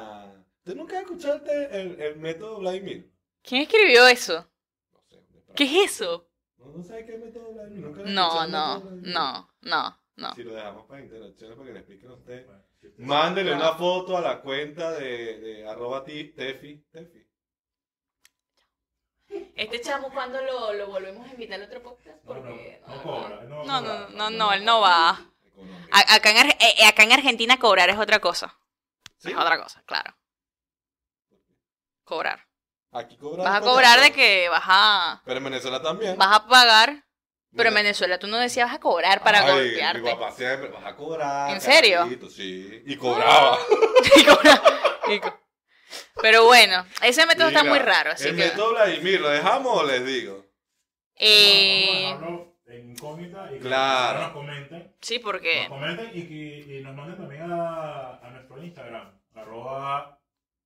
S1: ¿Tú nunca escuchaste el, el método Vladimir?
S2: ¿Quién escribió eso?
S1: No sé. de
S2: ¿Qué es eso?
S1: No, no sabes qué es método Vladimir. ¿Nunca has escuchado
S2: No,
S1: el
S2: no,
S1: método Vladimir?
S2: no, no, no.
S1: Si lo dejamos para interacciones para que le expliquen a usted.
S3: Bueno, si usted-
S1: Mándele
S2: No.
S1: una foto a la cuenta de, de arroba ti, tefi, tefi.
S2: Este chamo, ¿cuándo lo, lo volvemos a invitar a otro podcast?
S3: No, no,
S2: Porque ah,
S3: no cobra, no
S2: No,
S3: cobra.
S2: no, no, no, él no va.
S1: Económico.
S2: A- acá, en, Ar- eh, eh, acá en Argentina cobrar es otra cosa.
S1: ¿Sí?
S2: Es otra cosa, claro. Cobrar.
S1: Aquí cobrar.
S2: Vas a
S1: con
S2: cobrar de
S1: esto.
S2: que vas a,
S1: Pero en Venezuela también.
S2: vas a pagar, pero en
S1: Mira.
S2: Venezuela tú no decías vas a cobrar para
S1: Ay, Mi
S2: golpearte.
S1: papá siempre, vas a cobrar.
S2: ¿En serio?
S1: carajito, sí. Y cobraba.
S2: Y cobrar- y co- Pero bueno, ese método está
S1: Mira,
S2: muy raro, así
S1: El
S2: que...
S1: método Vladimir, ¿lo dejamos o les digo?
S2: Eh,
S3: Vamos a dejarlo en incógnita y que
S1: Claro.
S3: nos comenten.
S2: sí,
S3: Nos
S2: porque...
S3: comenten y, que, y nos manden también a, a nuestro Instagram. Arroba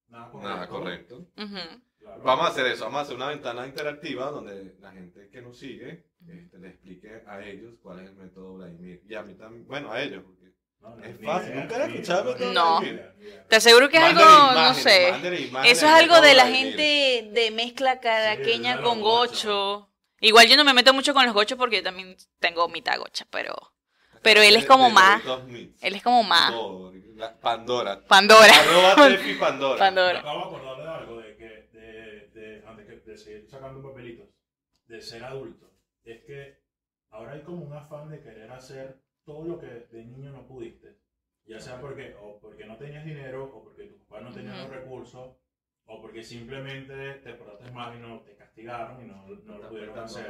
S3: nada correcto.
S1: Nada, correcto.
S2: ujú.
S3: Claro.
S1: Vamos a hacer eso, vamos a hacer una ventana interactiva donde la gente que nos sigue este, le explique a ellos cuál es el método Vladimir. Y a mí también, bueno, a ellos. Porque...
S3: No, no,
S1: Es
S3: ni
S1: fácil,
S3: idea,
S1: nunca la
S3: ni
S1: escuchaba,
S3: idea,
S2: No.
S3: ni idea, ni idea.
S2: Te aseguro que es algo,
S1: Mándale
S2: no
S1: imágenes,
S2: sé.
S1: mándale imágenes
S2: Eso es
S1: del
S2: algo
S1: método
S2: de la
S1: Vladimir.
S2: gente de mezcla caraqueña
S3: Sí,
S2: con
S3: claro, gocho.
S2: gocho. Igual yo no me meto mucho con los gochos porque yo también tengo mitad gocha, pero pero él es
S1: De-
S2: como
S1: de
S2: más-
S1: Doritos Mix.
S2: él es como más
S1: Todo, la- Pandora.
S2: Pandora.
S1: Arroba Tefi Pandora.
S3: Me
S2: Pandora.
S3: acabo de acordar de algo, de que, de, de- antes que, de seguir sacando papelitos, de ser adulto. Es que ahora hay como un afán de querer hacer todo lo que de niño no pudiste. Ya sea porque, o porque no tenías dinero, o porque tus papás no tenían los
S2: Ujú.
S3: recursos, o porque simplemente te portaste mal y no te castigaron y no, no lo pudieron hacer.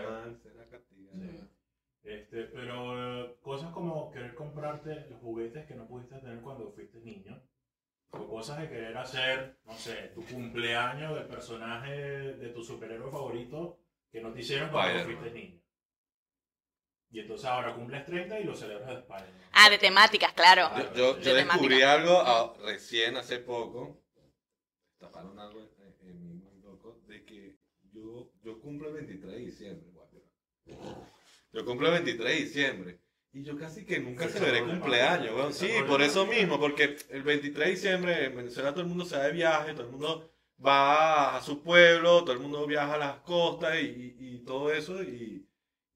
S3: Este, pero eh, cosas como querer comprarte los juguetes que no pudiste tener cuando fuiste niño. O cosas de querer hacer, no sé, tu cumpleaños del personaje de tu superhéroe favorito que no te hicieron cuando
S1: Spider-Man.
S3: fuiste niño. Y entonces ahora cumples 30 y lo celebras de Spider-Man.
S2: Ah, de temáticas, claro.
S1: Yo, yo- yo
S2: De
S1: descubrí
S2: temática.
S1: algo ah, recién hace poco. Taparon algo en- en mi loco de que yo, yo cumplo el 23 de diciembre. guau, yo- Yo cumplo el 23 de diciembre. Y yo casi que nunca
S3: Sí,
S1: celebré
S3: problema.
S1: cumpleaños, weón. Sí,
S3: Problema.
S1: por eso mismo, porque el 23 de diciembre en Venezuela todo el mundo se va de viaje, todo el mundo va a su pueblo, todo el mundo viaja a las costas y, y- y todo eso, y,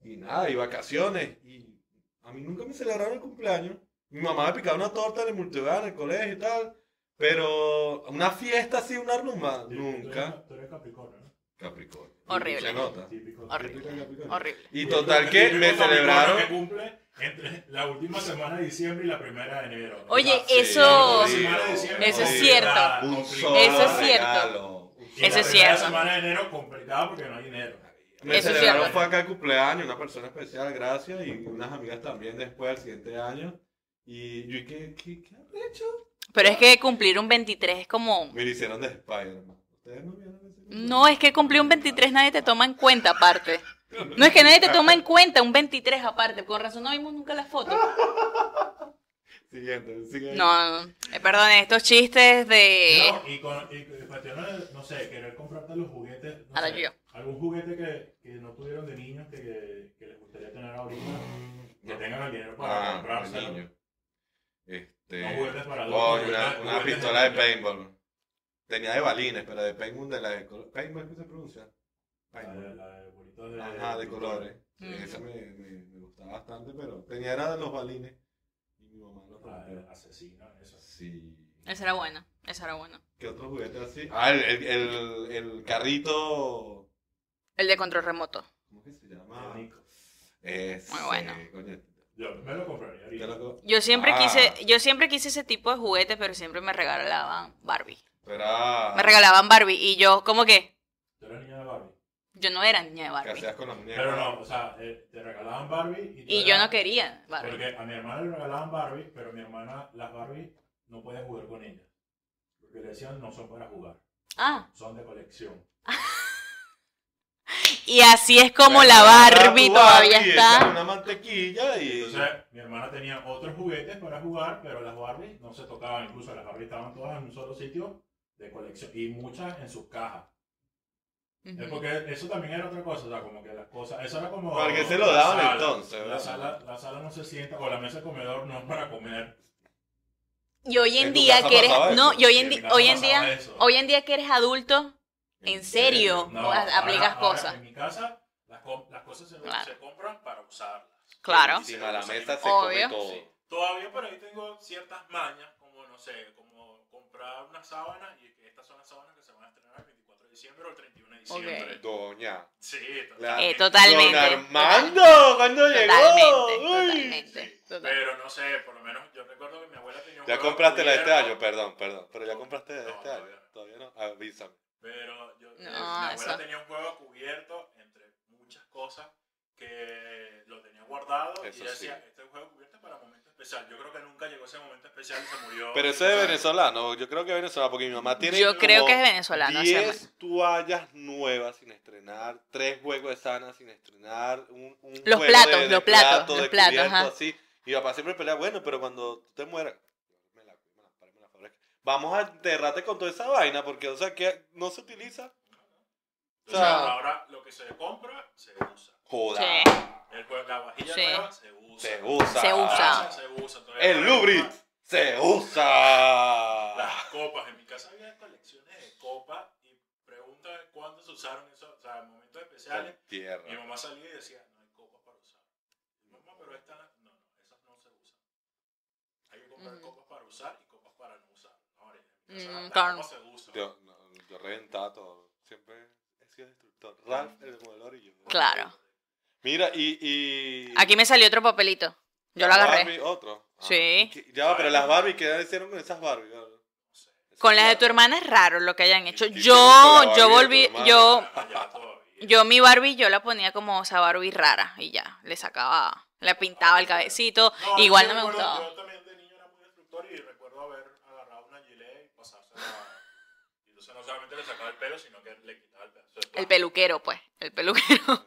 S1: y nada, y vacaciones. Y a mí nunca me celebraron el cumpleaños. Mi mamá me picaba una torta en el multihogar, en el colegio y tal, pero una fiesta así, una rumba,
S3: Tú- tú eres-
S1: nunca.
S3: Tú eres Capricornio, ¿no?
S1: Capricornio.
S2: Horrible.
S1: Se nota.
S3: Típico.
S2: Horrible.
S1: Típico Capricornio.
S2: Horrible.
S1: Y total que me
S3: Típico Capricornio
S1: celebraron
S3: que cumple entre la última semana de diciembre y la primera de enero.
S2: Oye,
S3: La-
S2: eso-
S3: la última semana de diciembre
S2: eso es
S3: complicada,
S2: cierto.
S1: Un
S3: complicada.
S1: solo
S2: Eso es cierto.
S1: regalo.
S3: Y
S2: Eso
S3: la
S2: es
S3: primera
S2: cierto.
S3: semana de enero complicada porque no hay dinero.
S1: Me
S2: Eso es
S1: celebraron
S2: cierto.
S1: fue acá el cumpleaños, una persona especial, gracias, y unas amigas también después, al siguiente año. Y yo, ¿y ¿qué, qué, qué han hecho?
S2: Pero es que cumplir un 23 es como
S1: Me lo hicieron de Spider-Man. ¿Ustedes no vieron ese video?
S2: no, es que cumplir un 23 nadie te toma en cuenta aparte. No es que nadie
S1: Ah,
S2: te toma en cuenta un 23 aparte, con razón no vimos nunca las fotos.
S1: Siguiente, siguiente.
S2: No, eh, perdón, estos chistes de
S3: No, y con y con- cuestiones de, no sé, querer comprarte los juguetes. No
S2: A la
S3: sé,
S2: yo.
S3: Algún juguete que, que no tuvieron de niños que, que les gustaría tener ahorita. Que tengan el dinero para
S1: Ah,
S3: comprarse.
S1: el niño. Este.
S3: No juguetes para
S1: coño,
S3: adultos,
S1: una,
S3: juguetes-
S1: una
S3: juguetes
S1: pistola de
S3: niños.
S1: paintball. Tenía de balines, pero de paintball de la de color. ¿Paintball qué se pronuncia?
S3: La
S1: Paintball.
S3: de- la de bolitas de-
S1: Ajá, de colores.
S2: Ujú.
S1: Esa me, me, me gustaba bastante, pero tenía era de los balines. Y mi mamá los
S3: La de
S1: rompió.
S3: asesina, eso.
S1: Sí.
S2: Ese era bueno, ese era bueno.
S1: ¿Qué otro juguete así? Ah, el, el, el, el carrito.
S2: El de control remoto.
S1: ¿Cómo que se llama?
S3: El Nico.
S1: Es,
S2: Muy bueno.
S1: eh, coño,
S3: Ah, Yo me lo compraría
S1: te
S3: ahorita.
S1: lo co-
S2: Yo siempre
S1: Ah.
S2: quise, yo siempre quise ese tipo de juguetes, pero siempre me regalaban Barbie.
S1: pero ah,
S2: Me regalaban Barbie y yo, ¿cómo que?
S3: Tú eras niña de Barbie.
S2: Yo no era niña de
S1: ¿qué
S2: Barbie.
S1: hacías con las muñecas?
S3: Pero no, o sea, eh, te regalaban Barbie y, tú
S2: Y yo
S3: eras-
S2: no quería Barbie.
S3: Porque a mi hermana le regalaban Barbie, pero mi hermana, las Barbie no podía jugar con ellas. Porque le decían, no son para jugar,
S2: Ah,
S3: son de colección.
S2: y así es como
S1: Bueno,
S2: la
S1: agarraba
S2: Barbie
S1: tu
S2: todavía
S1: Barbie, echarle
S2: está.
S1: Una mantequilla y.
S3: Entonces, mi hermana tenía otros juguetes para jugar, pero las Barbie no se tocaban. Incluso las Barbie estaban todas en un solo sitio de colección y muchas en sus cajas. Es
S2: Ujú.
S3: porque eso también era otra cosa, o sea, como que las cosas, eso era como...
S1: Porque se lo
S3: la
S1: daban
S3: sala.
S1: entonces, ¿verdad?
S3: La sala, la sala no se sienta, o la mesa de comedor no es para comer.
S2: Y hoy en
S1: En tu
S2: día
S1: casa
S2: que eres,
S1: pasaba
S2: no,
S1: eso.
S2: y hoy en,
S3: mi
S2: di-
S3: casa
S2: hoy en
S3: pasaba
S2: día,
S3: eso.
S2: hoy en día que eres adulto, en serio,
S3: No,
S2: a-
S3: ahora-
S2: aplicas
S3: ahora
S2: cosas.
S3: en mi casa, las, co- las cosas se,
S2: Claro.
S3: se compran para usarlas.
S2: Claro. Oh,
S1: Encima de la mesa se come
S2: Obvio.
S1: todo.
S3: Sí. Todavía por ahí tengo ciertas mañas, como, no sé, como comprar una sábana, y que estas son las sábanas que se van a estrenar el 24 de diciembre o el 31 de diciembre.
S2: Ok.
S1: Doña.
S3: Sí,
S1: La-
S3: totalmente.
S2: Eh, totalmente.
S1: Ah, Don Armando, cuando llegó.
S2: Totalmente,
S1: Uy.
S2: totalmente. total-
S3: Pero no sé, por lo menos yo recuerdo que mi abuela tenía un
S1: Ya
S3: juego
S1: compraste la de este
S3: cubierto,
S1: año, perdón, perdón. Pero ya compraste la de
S3: No,
S1: este año.
S3: todavía no.
S1: Todavía no. Avísame.
S3: Pero yo,
S2: No,
S3: eh, mi abuela
S2: eso-
S3: tenía un juego cubierto entre muchas cosas que lo tenía guardado
S1: Eso
S3: y decía,
S1: sí.
S3: este juego cubierto es para momento especial. Yo creo que nunca llegó ese momento especial, se murió.
S1: Pero eso es venezolano. Yo creo que es venezolano porque mi mamá tiene.
S2: Yo creo
S1: como
S2: que es venezolano. ese
S1: 10 toallas nuevas sin estrenar, tres huevos de sana sin estrenar, un, un
S2: Los
S1: juego
S2: platos,
S1: de- de
S2: los platos,
S1: plato,
S2: los
S1: de
S2: platos,
S1: cubierto,
S2: ajá.
S1: así. Y papá siempre pelea, bueno, pero cuando tú te mueras, me la- me la- me la favorezca. vamos a enterrarte con toda esa vaina, porque, o sea, que no se utiliza.
S3: Entonces,
S1: o sea-
S3: ahora lo que se compra se usa.
S1: Joda.
S2: Sí.
S3: El, jue- la vajilla
S2: Sí.
S3: nueva se usa.
S1: Se usa.
S2: Se
S3: La
S2: usa.
S3: taza se usa. Todavía
S1: El
S3: la copa-
S1: lubrit se usa.
S3: Las copas. En mi casa había colecciones de copas y pregunta cuándo se usaron eso, o sea, en momentos especiales. Mi
S1: Tierra.
S3: mamá salía y decía, no hay copas para usar. Y mamá, pero esta no, no, no, esas no se usan. Hay que comprar
S2: Ujú.
S3: copas para usar y copas para no usar. Ahora, en mi
S2: Mm,
S3: casa, las
S2: claro.
S3: copas se usan.
S1: Yo, no, yo reventaba todo. Siempre he sido destructor. Ralph, el demoledor y yo.
S2: Claro.
S1: Mira, y. y
S2: Aquí me salió otro papelito. Yo lo
S1: las
S2: agarré.
S1: Barbie, otro.
S2: Sí.
S1: ¿qué- Ya, va, pero las Barbie, ¿qué hicieron con esas Barbie?
S3: No sé.
S2: Con las de tu hermana es raro lo que hayan hecho.
S1: Y- y
S2: Yo,
S1: tienes la
S2: yo
S1: Barbie de
S2: volví,
S1: tu hermana.
S2: yo,
S3: Ah, ya, todavía.
S2: yo mi Barbie, yo la ponía como esa Barbie rara y ya, le sacaba, le pintaba el cabecito.
S3: No,
S2: Igual
S3: yo
S2: no me
S3: recuerdo-
S2: gustaba.
S3: Yo también de niño era muy destructor y recuerdo haber agarrado una gilet y pasársela. y entonces no solamente le sacaba el pelo, sino que le quitaba el pedazo de
S2: El
S3: plástico.
S2: peluquero, pues, el peluquero.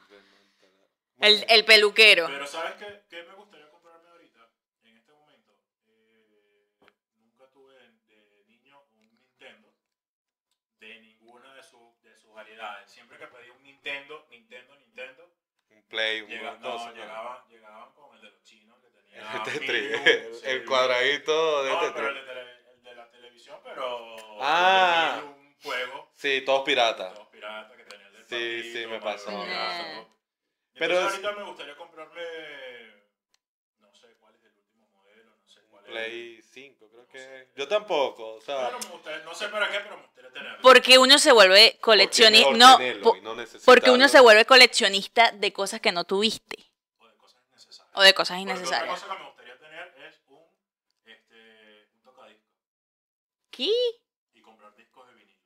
S2: El,
S1: El,
S2: el peluquero.
S3: Pero ¿sabes qué, qué me gustaría comprarme ahorita? En este momento. Eh, nunca tuve de, de niño un Nintendo de ninguna de, sus de sus variedades. Siempre que pedí un Nintendo, Nintendo, Nintendo,
S1: Un play, un
S3: llega- no,
S1: cosa, ¿no?
S3: llegaban, llegaban con el de los chinos que tenía
S1: El
S3: mil
S1: Tetris,
S3: luces,
S1: El cuadradito de este
S3: No,
S1: Tetris.
S3: pero el de, tele- el de la televisión, pero
S1: Ah.
S3: tenía un juego
S1: Sí, todos piratas.
S3: los piratas que tenían del
S1: Sí,
S3: partido,
S1: sí, me
S3: Mario
S1: pasó,
S3: Bros,
S2: me
S3: todo.
S1: Pero
S3: Entonces,
S1: es-
S3: ahorita me gustaría comprarme no sé cuál es el último modelo, no sé cuál es.
S1: Play 5, creo que. Yo tampoco, o sea.
S3: Bueno, me gustaría, no sé para qué, pero me gustaría tenerlo.
S2: Porque uno se vuelve coleccionista.
S1: porque
S2: No,
S1: tenerlo
S2: po-
S1: y no
S2: porque uno
S1: necesitarlo.
S2: se vuelve coleccionista de cosas que no tuviste
S3: O de cosas innecesarias.
S2: o de cosas
S3: Porque
S2: innecesarias.
S3: Otra cosa que me gustaría tener es un este un tocadisco
S2: ¿Qué?
S3: y comprar discos de vinilo.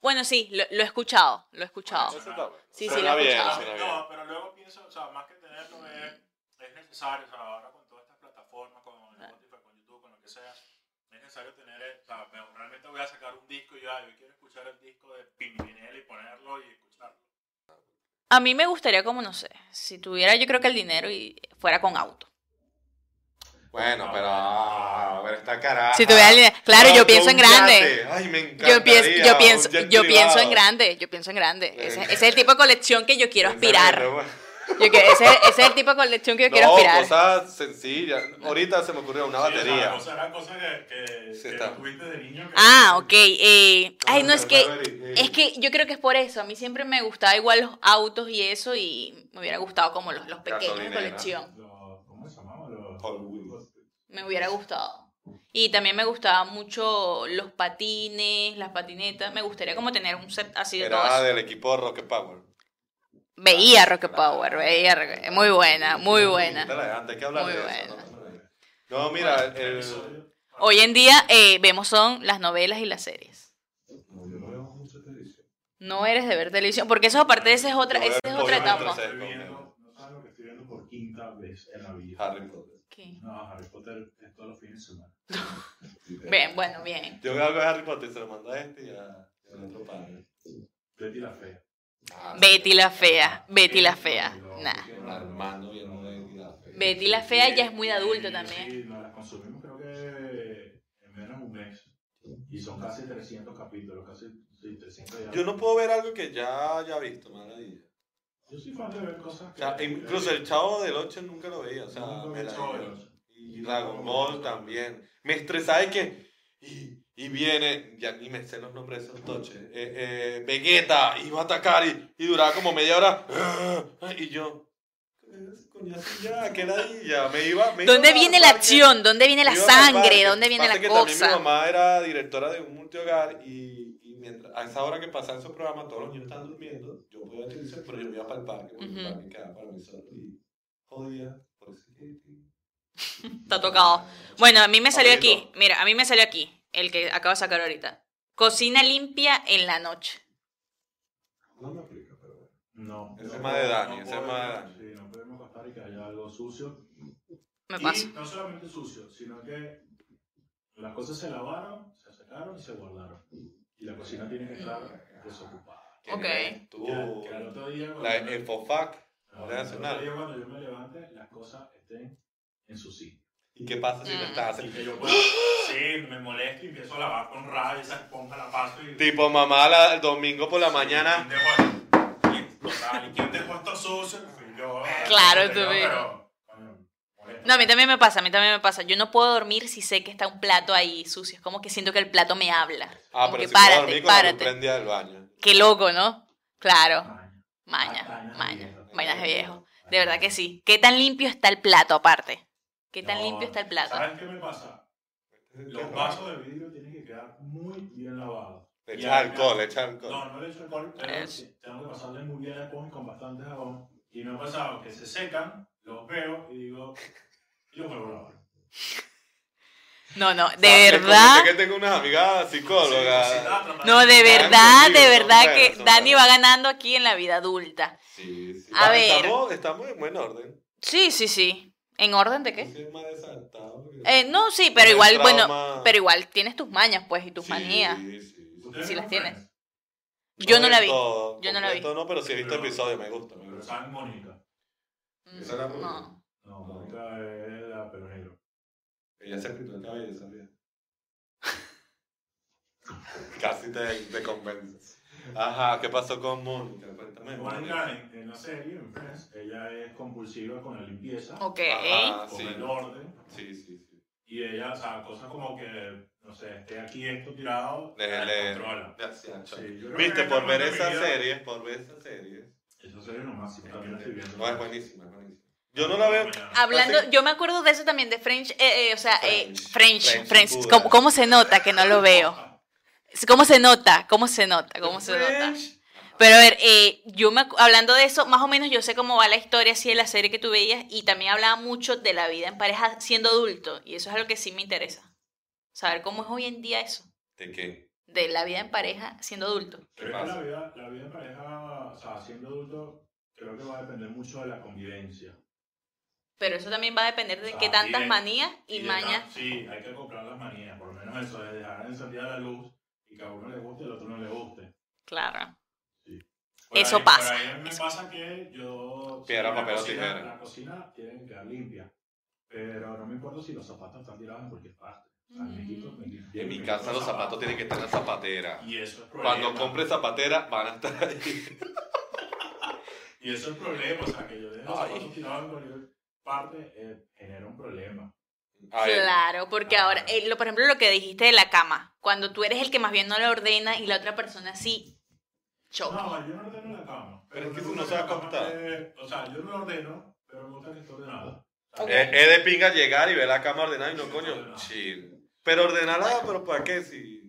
S2: Bueno, sí, lo, lo he escuchado, lo he escuchado.
S1: Eso está bueno.
S2: Sí, sí,
S1: Suena
S2: lo he
S1: bien,
S2: escuchado.
S3: Ah,
S1: suena bien.
S3: no, pero luego pienso, o sea, más que tenerlo es, es necesario, o sea, ahora con todas estas plataformas, con Spotify, con YouTube, con lo que sea, es necesario tener, eh, o sea, me- realmente voy a sacar un disco y yo, ah, yo quiero escuchar el disco de Pimpinelli y ponerlo y escucharlo.
S2: A mí me gustaría, como no sé, si tuviera yo creo que el dinero y fuera con auto.
S1: Bueno, pero, ah, pero está carajo.
S2: Si tuviera el dinero. Claro,
S1: Ah,
S2: yo pienso en grande.
S1: Ay, me encanta.
S2: Yo pienso, yo pienso, yo pienso en grande, yo pienso en grande. Ese, ese es el tipo de colección que yo quiero aspirar. Yo que- ese, ese es el tipo de colección que yo quiero
S1: no, pues,
S2: aspirar.
S1: cosas sencillas. Ahorita se me ocurrió una
S3: Sí, o sea,
S1: batería.
S3: o sea, eran cosas que, que,
S1: Sí,
S3: que
S1: está.
S3: no tuviste de niño. que-
S2: Ah, ok. eh,
S1: Ah,
S2: ay, no, es que,
S1: Barbie,
S2: es que yo creo que es por eso. A mí siempre me gustaba igual los autos y eso y me hubiera gustado como los, los pequeños de
S1: Gasolinera.
S2: colección.
S3: Los- ¿Cómo se llamaban los?
S1: Hot Wheels.
S2: Me hubiera gustado. Y también me gustaban mucho los patines, las patinetas. Me gustaría como tener un set así de todo
S1: Era
S2: eso.
S1: del equipo Rocket Power.
S2: Veía
S1: Ah,
S2: Rocket
S1: claro.
S2: Power, veía Rocket- Muy buena, muy buena.
S1: Hay que hablar
S2: Muy
S1: de eso.
S2: buena.
S1: ¿no? No, mira,
S5: El
S1: el,
S5: episodio.
S2: Hoy en día eh, vemos son las novelas y las series.
S6: No, yo no veo mucha televisión.
S2: No eres de ver televisión, porque eso aparte de esa es otra,
S1: Yo
S2: esa
S1: veo
S2: es otra
S1: obviamente
S2: etapa.
S1: series.
S5: Estoy viendo- No sabes lo que estoy viendo por quinta vez en la vida.
S1: Harry Potter.
S2: ¿Qué?
S5: No, Harry Potter es todos los fines de semana.
S2: Bien, bueno, bien.
S1: Yo veo algo de Harry Potter, se lo mando a este y a, y al otro padre.
S5: Betty la Fea.
S1: Ah,
S2: Betty la fea, Betty la fea. Nah.
S1: Armando y el mundo de Guinea.
S2: Betty la fea ya es muy de adulto
S5: Sí,
S2: también.
S5: Sí, no, las consumimos creo que en menos de un mes. Y son casi 300 capítulos, casi sí, 300 ya.
S1: Yo no puedo ver algo que ya haya visto, maravilla.
S5: Yo soy fan de ver cosas
S1: O
S5: que...
S1: sea, incluso el Chavo del 8 nunca lo veía, o sea,
S5: Nunca
S1: me
S5: vi
S1: la
S5: Chavo del
S1: dieron.
S5: Ocho.
S1: Y Dragon Ball también. Me estresaba de que. Y, y viene, ya ni me sé los nombres de esos toches. Eh, eh, Vegeta iba a atacar y, y duraba como media hora. Y yo. coñazo ya, qué ladilla. Me iba, me iba
S2: ¿Dónde
S1: al
S2: viene la
S1: parque.
S2: acción? ¿Dónde viene la
S1: Iba para el
S2: sangre?
S1: parque.
S2: ¿Dónde viene
S1: Pasa
S2: la
S1: que
S2: cosa?
S1: También mi mamá era directora de un multihogar y, y mientras, a esa hora que pasaba esos programas, todos los niños estaban durmiendo. Yo podía televisión, pero yo me iba para el parque, porque
S2: Ujú.
S1: el parque quedaba para mí solo. Y jodía, por eso es que.
S2: Está tocado. Bueno, a mí me salió
S1: Abrilo.
S2: aquí. Mira, a mí me salió aquí, el que acabo de sacar ahorita. Cocina limpia en la noche.
S6: No me aplica, pero bueno.
S5: No.
S1: Ese es
S5: no
S1: más de
S5: puedo-
S1: Dani,
S5: no
S1: ese
S5: puedo
S1: es más de
S5: ver-
S1: Dani.
S5: Sí, no podemos costar y que haya algo sucio.
S2: Me
S5: y
S2: pasa.
S5: no solamente sucio, sino que las cosas se lavaron, se secaron y se guardaron. Y la cocina tiene que estar desocupada.
S1: ¿Qué
S2: Ok.
S1: nivel Tú,
S5: Ya, que al otro día...
S1: la,
S5: cuando-
S1: el FOFAC.
S5: No,
S1: Guardia Nacional.
S5: yo cuando yo me levante, las cosas estén en su sitio.
S1: ¿Y qué pasa si
S2: Mm.
S1: lo estás
S5: Así
S1: haciendo?
S5: que yo puedo, sí, me molesto y empiezo a lavar con rabia esa esponja, la paso y...
S1: Tipo, mamá, la- el domingo por la mañana.
S5: ¿Quién dejó, ¿quién, total, ¿quién dejó esto sucio? Fui yo.
S2: Claro, tú
S5: pero-
S2: ves.
S5: pero, coño, molesto.
S2: No, a mí también me pasa, a mí también me pasa. Yo no puedo dormir si sé que está un plato ahí sucio. Es como que siento que el plato me habla.
S1: Ah,
S2: Como
S1: pero
S2: que
S1: si puedo
S2: párate,
S1: dormir con la luz
S2: párate.
S1: prendida del baño.
S2: Qué loco, ¿no? Claro.
S5: Maña.
S2: Maña,
S5: Mañas
S2: maña.
S5: viejas.
S2: Vainas de viejo. De verdad que sí. ¿Qué tan limpio está el plato aparte? ¿Qué tan
S5: No,
S2: limpio está el
S1: Ah.
S2: plato?
S5: ¿Sabes qué me pasa? Los vasos de vidrio tienen que quedar muy bien lavados.
S1: Le
S5: Y
S1: echa
S5: además-
S1: alcohol, le echa alcohol.
S5: No, no le echo alcohol, pero
S2: Es-
S5: sí, tengo que pasarle muy bien alcohol y con bastante jabón. Y me ha pasado que se secan, los veo y digo, yo vuelvo a lavar.
S2: No, no,
S1: Ah,
S2: de
S1: me
S2: verdad.
S1: comenté que tengo unas amigas psicólogas.
S5: Sí, sí, está tratando
S2: No, de
S1: Ganan
S2: verdad,
S1: contigo,
S2: de
S1: son
S2: verdad
S1: buenas,
S2: que
S1: son
S2: Dani va
S1: buenas.
S2: ganando aquí en la vida adulta.
S1: Sí, sí.
S2: A
S1: Ah,
S2: ver.
S1: Estamos, estamos en buen orden.
S2: Sí, sí, sí. ¿En orden de qué?
S1: Soy más desadaptado que-
S2: Eh, no, sí,
S1: Con
S2: pero
S1: el
S2: igual, bueno,
S1: trauma.
S2: pero igual tienes tus mañas, pues, y tus
S1: Sí,
S2: manías.
S1: sí, sí.
S5: ¿Ustedes
S2: Si
S5: ven
S2: las
S5: Friends?
S2: tienes. Yo no la vi.
S1: Completo,
S2: Yo no la vi.
S1: completo no, pero sí he visto
S5: Pero-
S1: episodios, me gusta. me
S5: Pero
S1: gusta.
S5: ¿Saben Mónica?
S1: Esa era
S2: Mm, No.
S5: No, Mónica es la pelo negro.
S1: Ella se pintó el cabello esa día. Casi te, te convences. Ajá, ¿qué pasó con Mónica? Cuéntame. Mónica.
S5: Mónica en, en la serie, en Friends, ella es compulsiva con la limpieza,
S2: Ok.
S1: Ajá,
S5: con
S1: sí.
S5: el orden.
S1: Sí, sí, sí.
S5: Y ella, o sea, cosas como que, no sé, esté aquí esto tirado,
S1: Le-
S5: la
S1: le-
S5: controla.
S1: Gracias,
S5: Sí, yo creo que
S1: Viste,
S5: en
S1: por ver
S5: esta parte de
S1: esa
S5: mi vida-
S1: serie, por ver esa serie.
S5: Esa serie es lo máximo, también la estoy viendo.
S1: No, es buenísima, es buenísima. Yo no la veo.
S2: Hablando,
S1: Así-
S2: yo me acuerdo de eso también, de French, eh, eh, o sea, eh,
S1: French, French,
S2: French, French,
S1: sin duda.
S2: ¿Cómo, cómo se nota que no lo veo? ¿Cómo se nota? ¿Cómo se nota? ¿Cómo se nota?
S1: French.
S2: Pero a ver, eh, yo me, acu- hablando de eso, más o menos yo sé cómo va la historia así de la serie que tú veías y también hablaba mucho de la vida en pareja siendo adulto y eso es algo que sí me interesa. Saber cómo es hoy en día eso,
S1: ¿De qué?
S2: de la vida en pareja siendo adulto.
S1: ¿Qué
S5: Creo que
S1: pasa?
S5: la vida, la vida en pareja, o sea, siendo adulto, creo que va a depender mucho de la convivencia.
S2: Pero eso también va a depender de
S5: Ah,
S2: qué tantas
S5: bien.
S2: manías y,
S5: de
S2: mañas.
S5: ta- Sí, hay que comprar las manías, por lo menos eso, de dejar encendida la luz y que a uno le guste y al otro no le guste.
S2: Claro.
S5: Por
S2: Eso
S5: ahí-
S2: pasa,
S5: Por ahí me
S2: eso.
S5: pasa que yo.
S1: Piedra,
S5: la
S1: papel o
S5: cocina-
S1: tijera.
S5: La cocina tiene que quedar limpia, pero no me importa si los zapatos están tirados en cualquier parte. O sea, me quito- me quito-
S1: Y en mi
S5: me
S1: casa
S5: quito
S1: los zapatos tienen que estar en la zapatera.
S5: Y eso es problema.
S1: Cuando compre zapatera van a estar ahí.
S5: Y eso es el problema, o sea, que yo deje los
S1: Ay.
S5: zapatos tirados en cualquier parte eh, genera un problema.
S1: A ver,
S2: Claro, porque
S5: Ah.
S2: ahora, eh, lo, por ejemplo, lo que dijiste de la cama, cuando tú eres el que más bien no la ordena y la otra persona sí, choca.
S5: No, yo no ordeno la cama.
S1: Pero es que
S5: me
S1: si uno
S5: gusta
S1: se va a
S5: la cama
S1: acostar.
S5: esté- O sea, yo no la ordeno, pero me gusta que esté ordenada. O sea,
S2: Ok.
S1: Es eh, es de pinga llegar y ver la cama ordenada y no, coño,
S5: Ordenada.
S1: chill. Pero ordenada, pero ¿para qué? Si...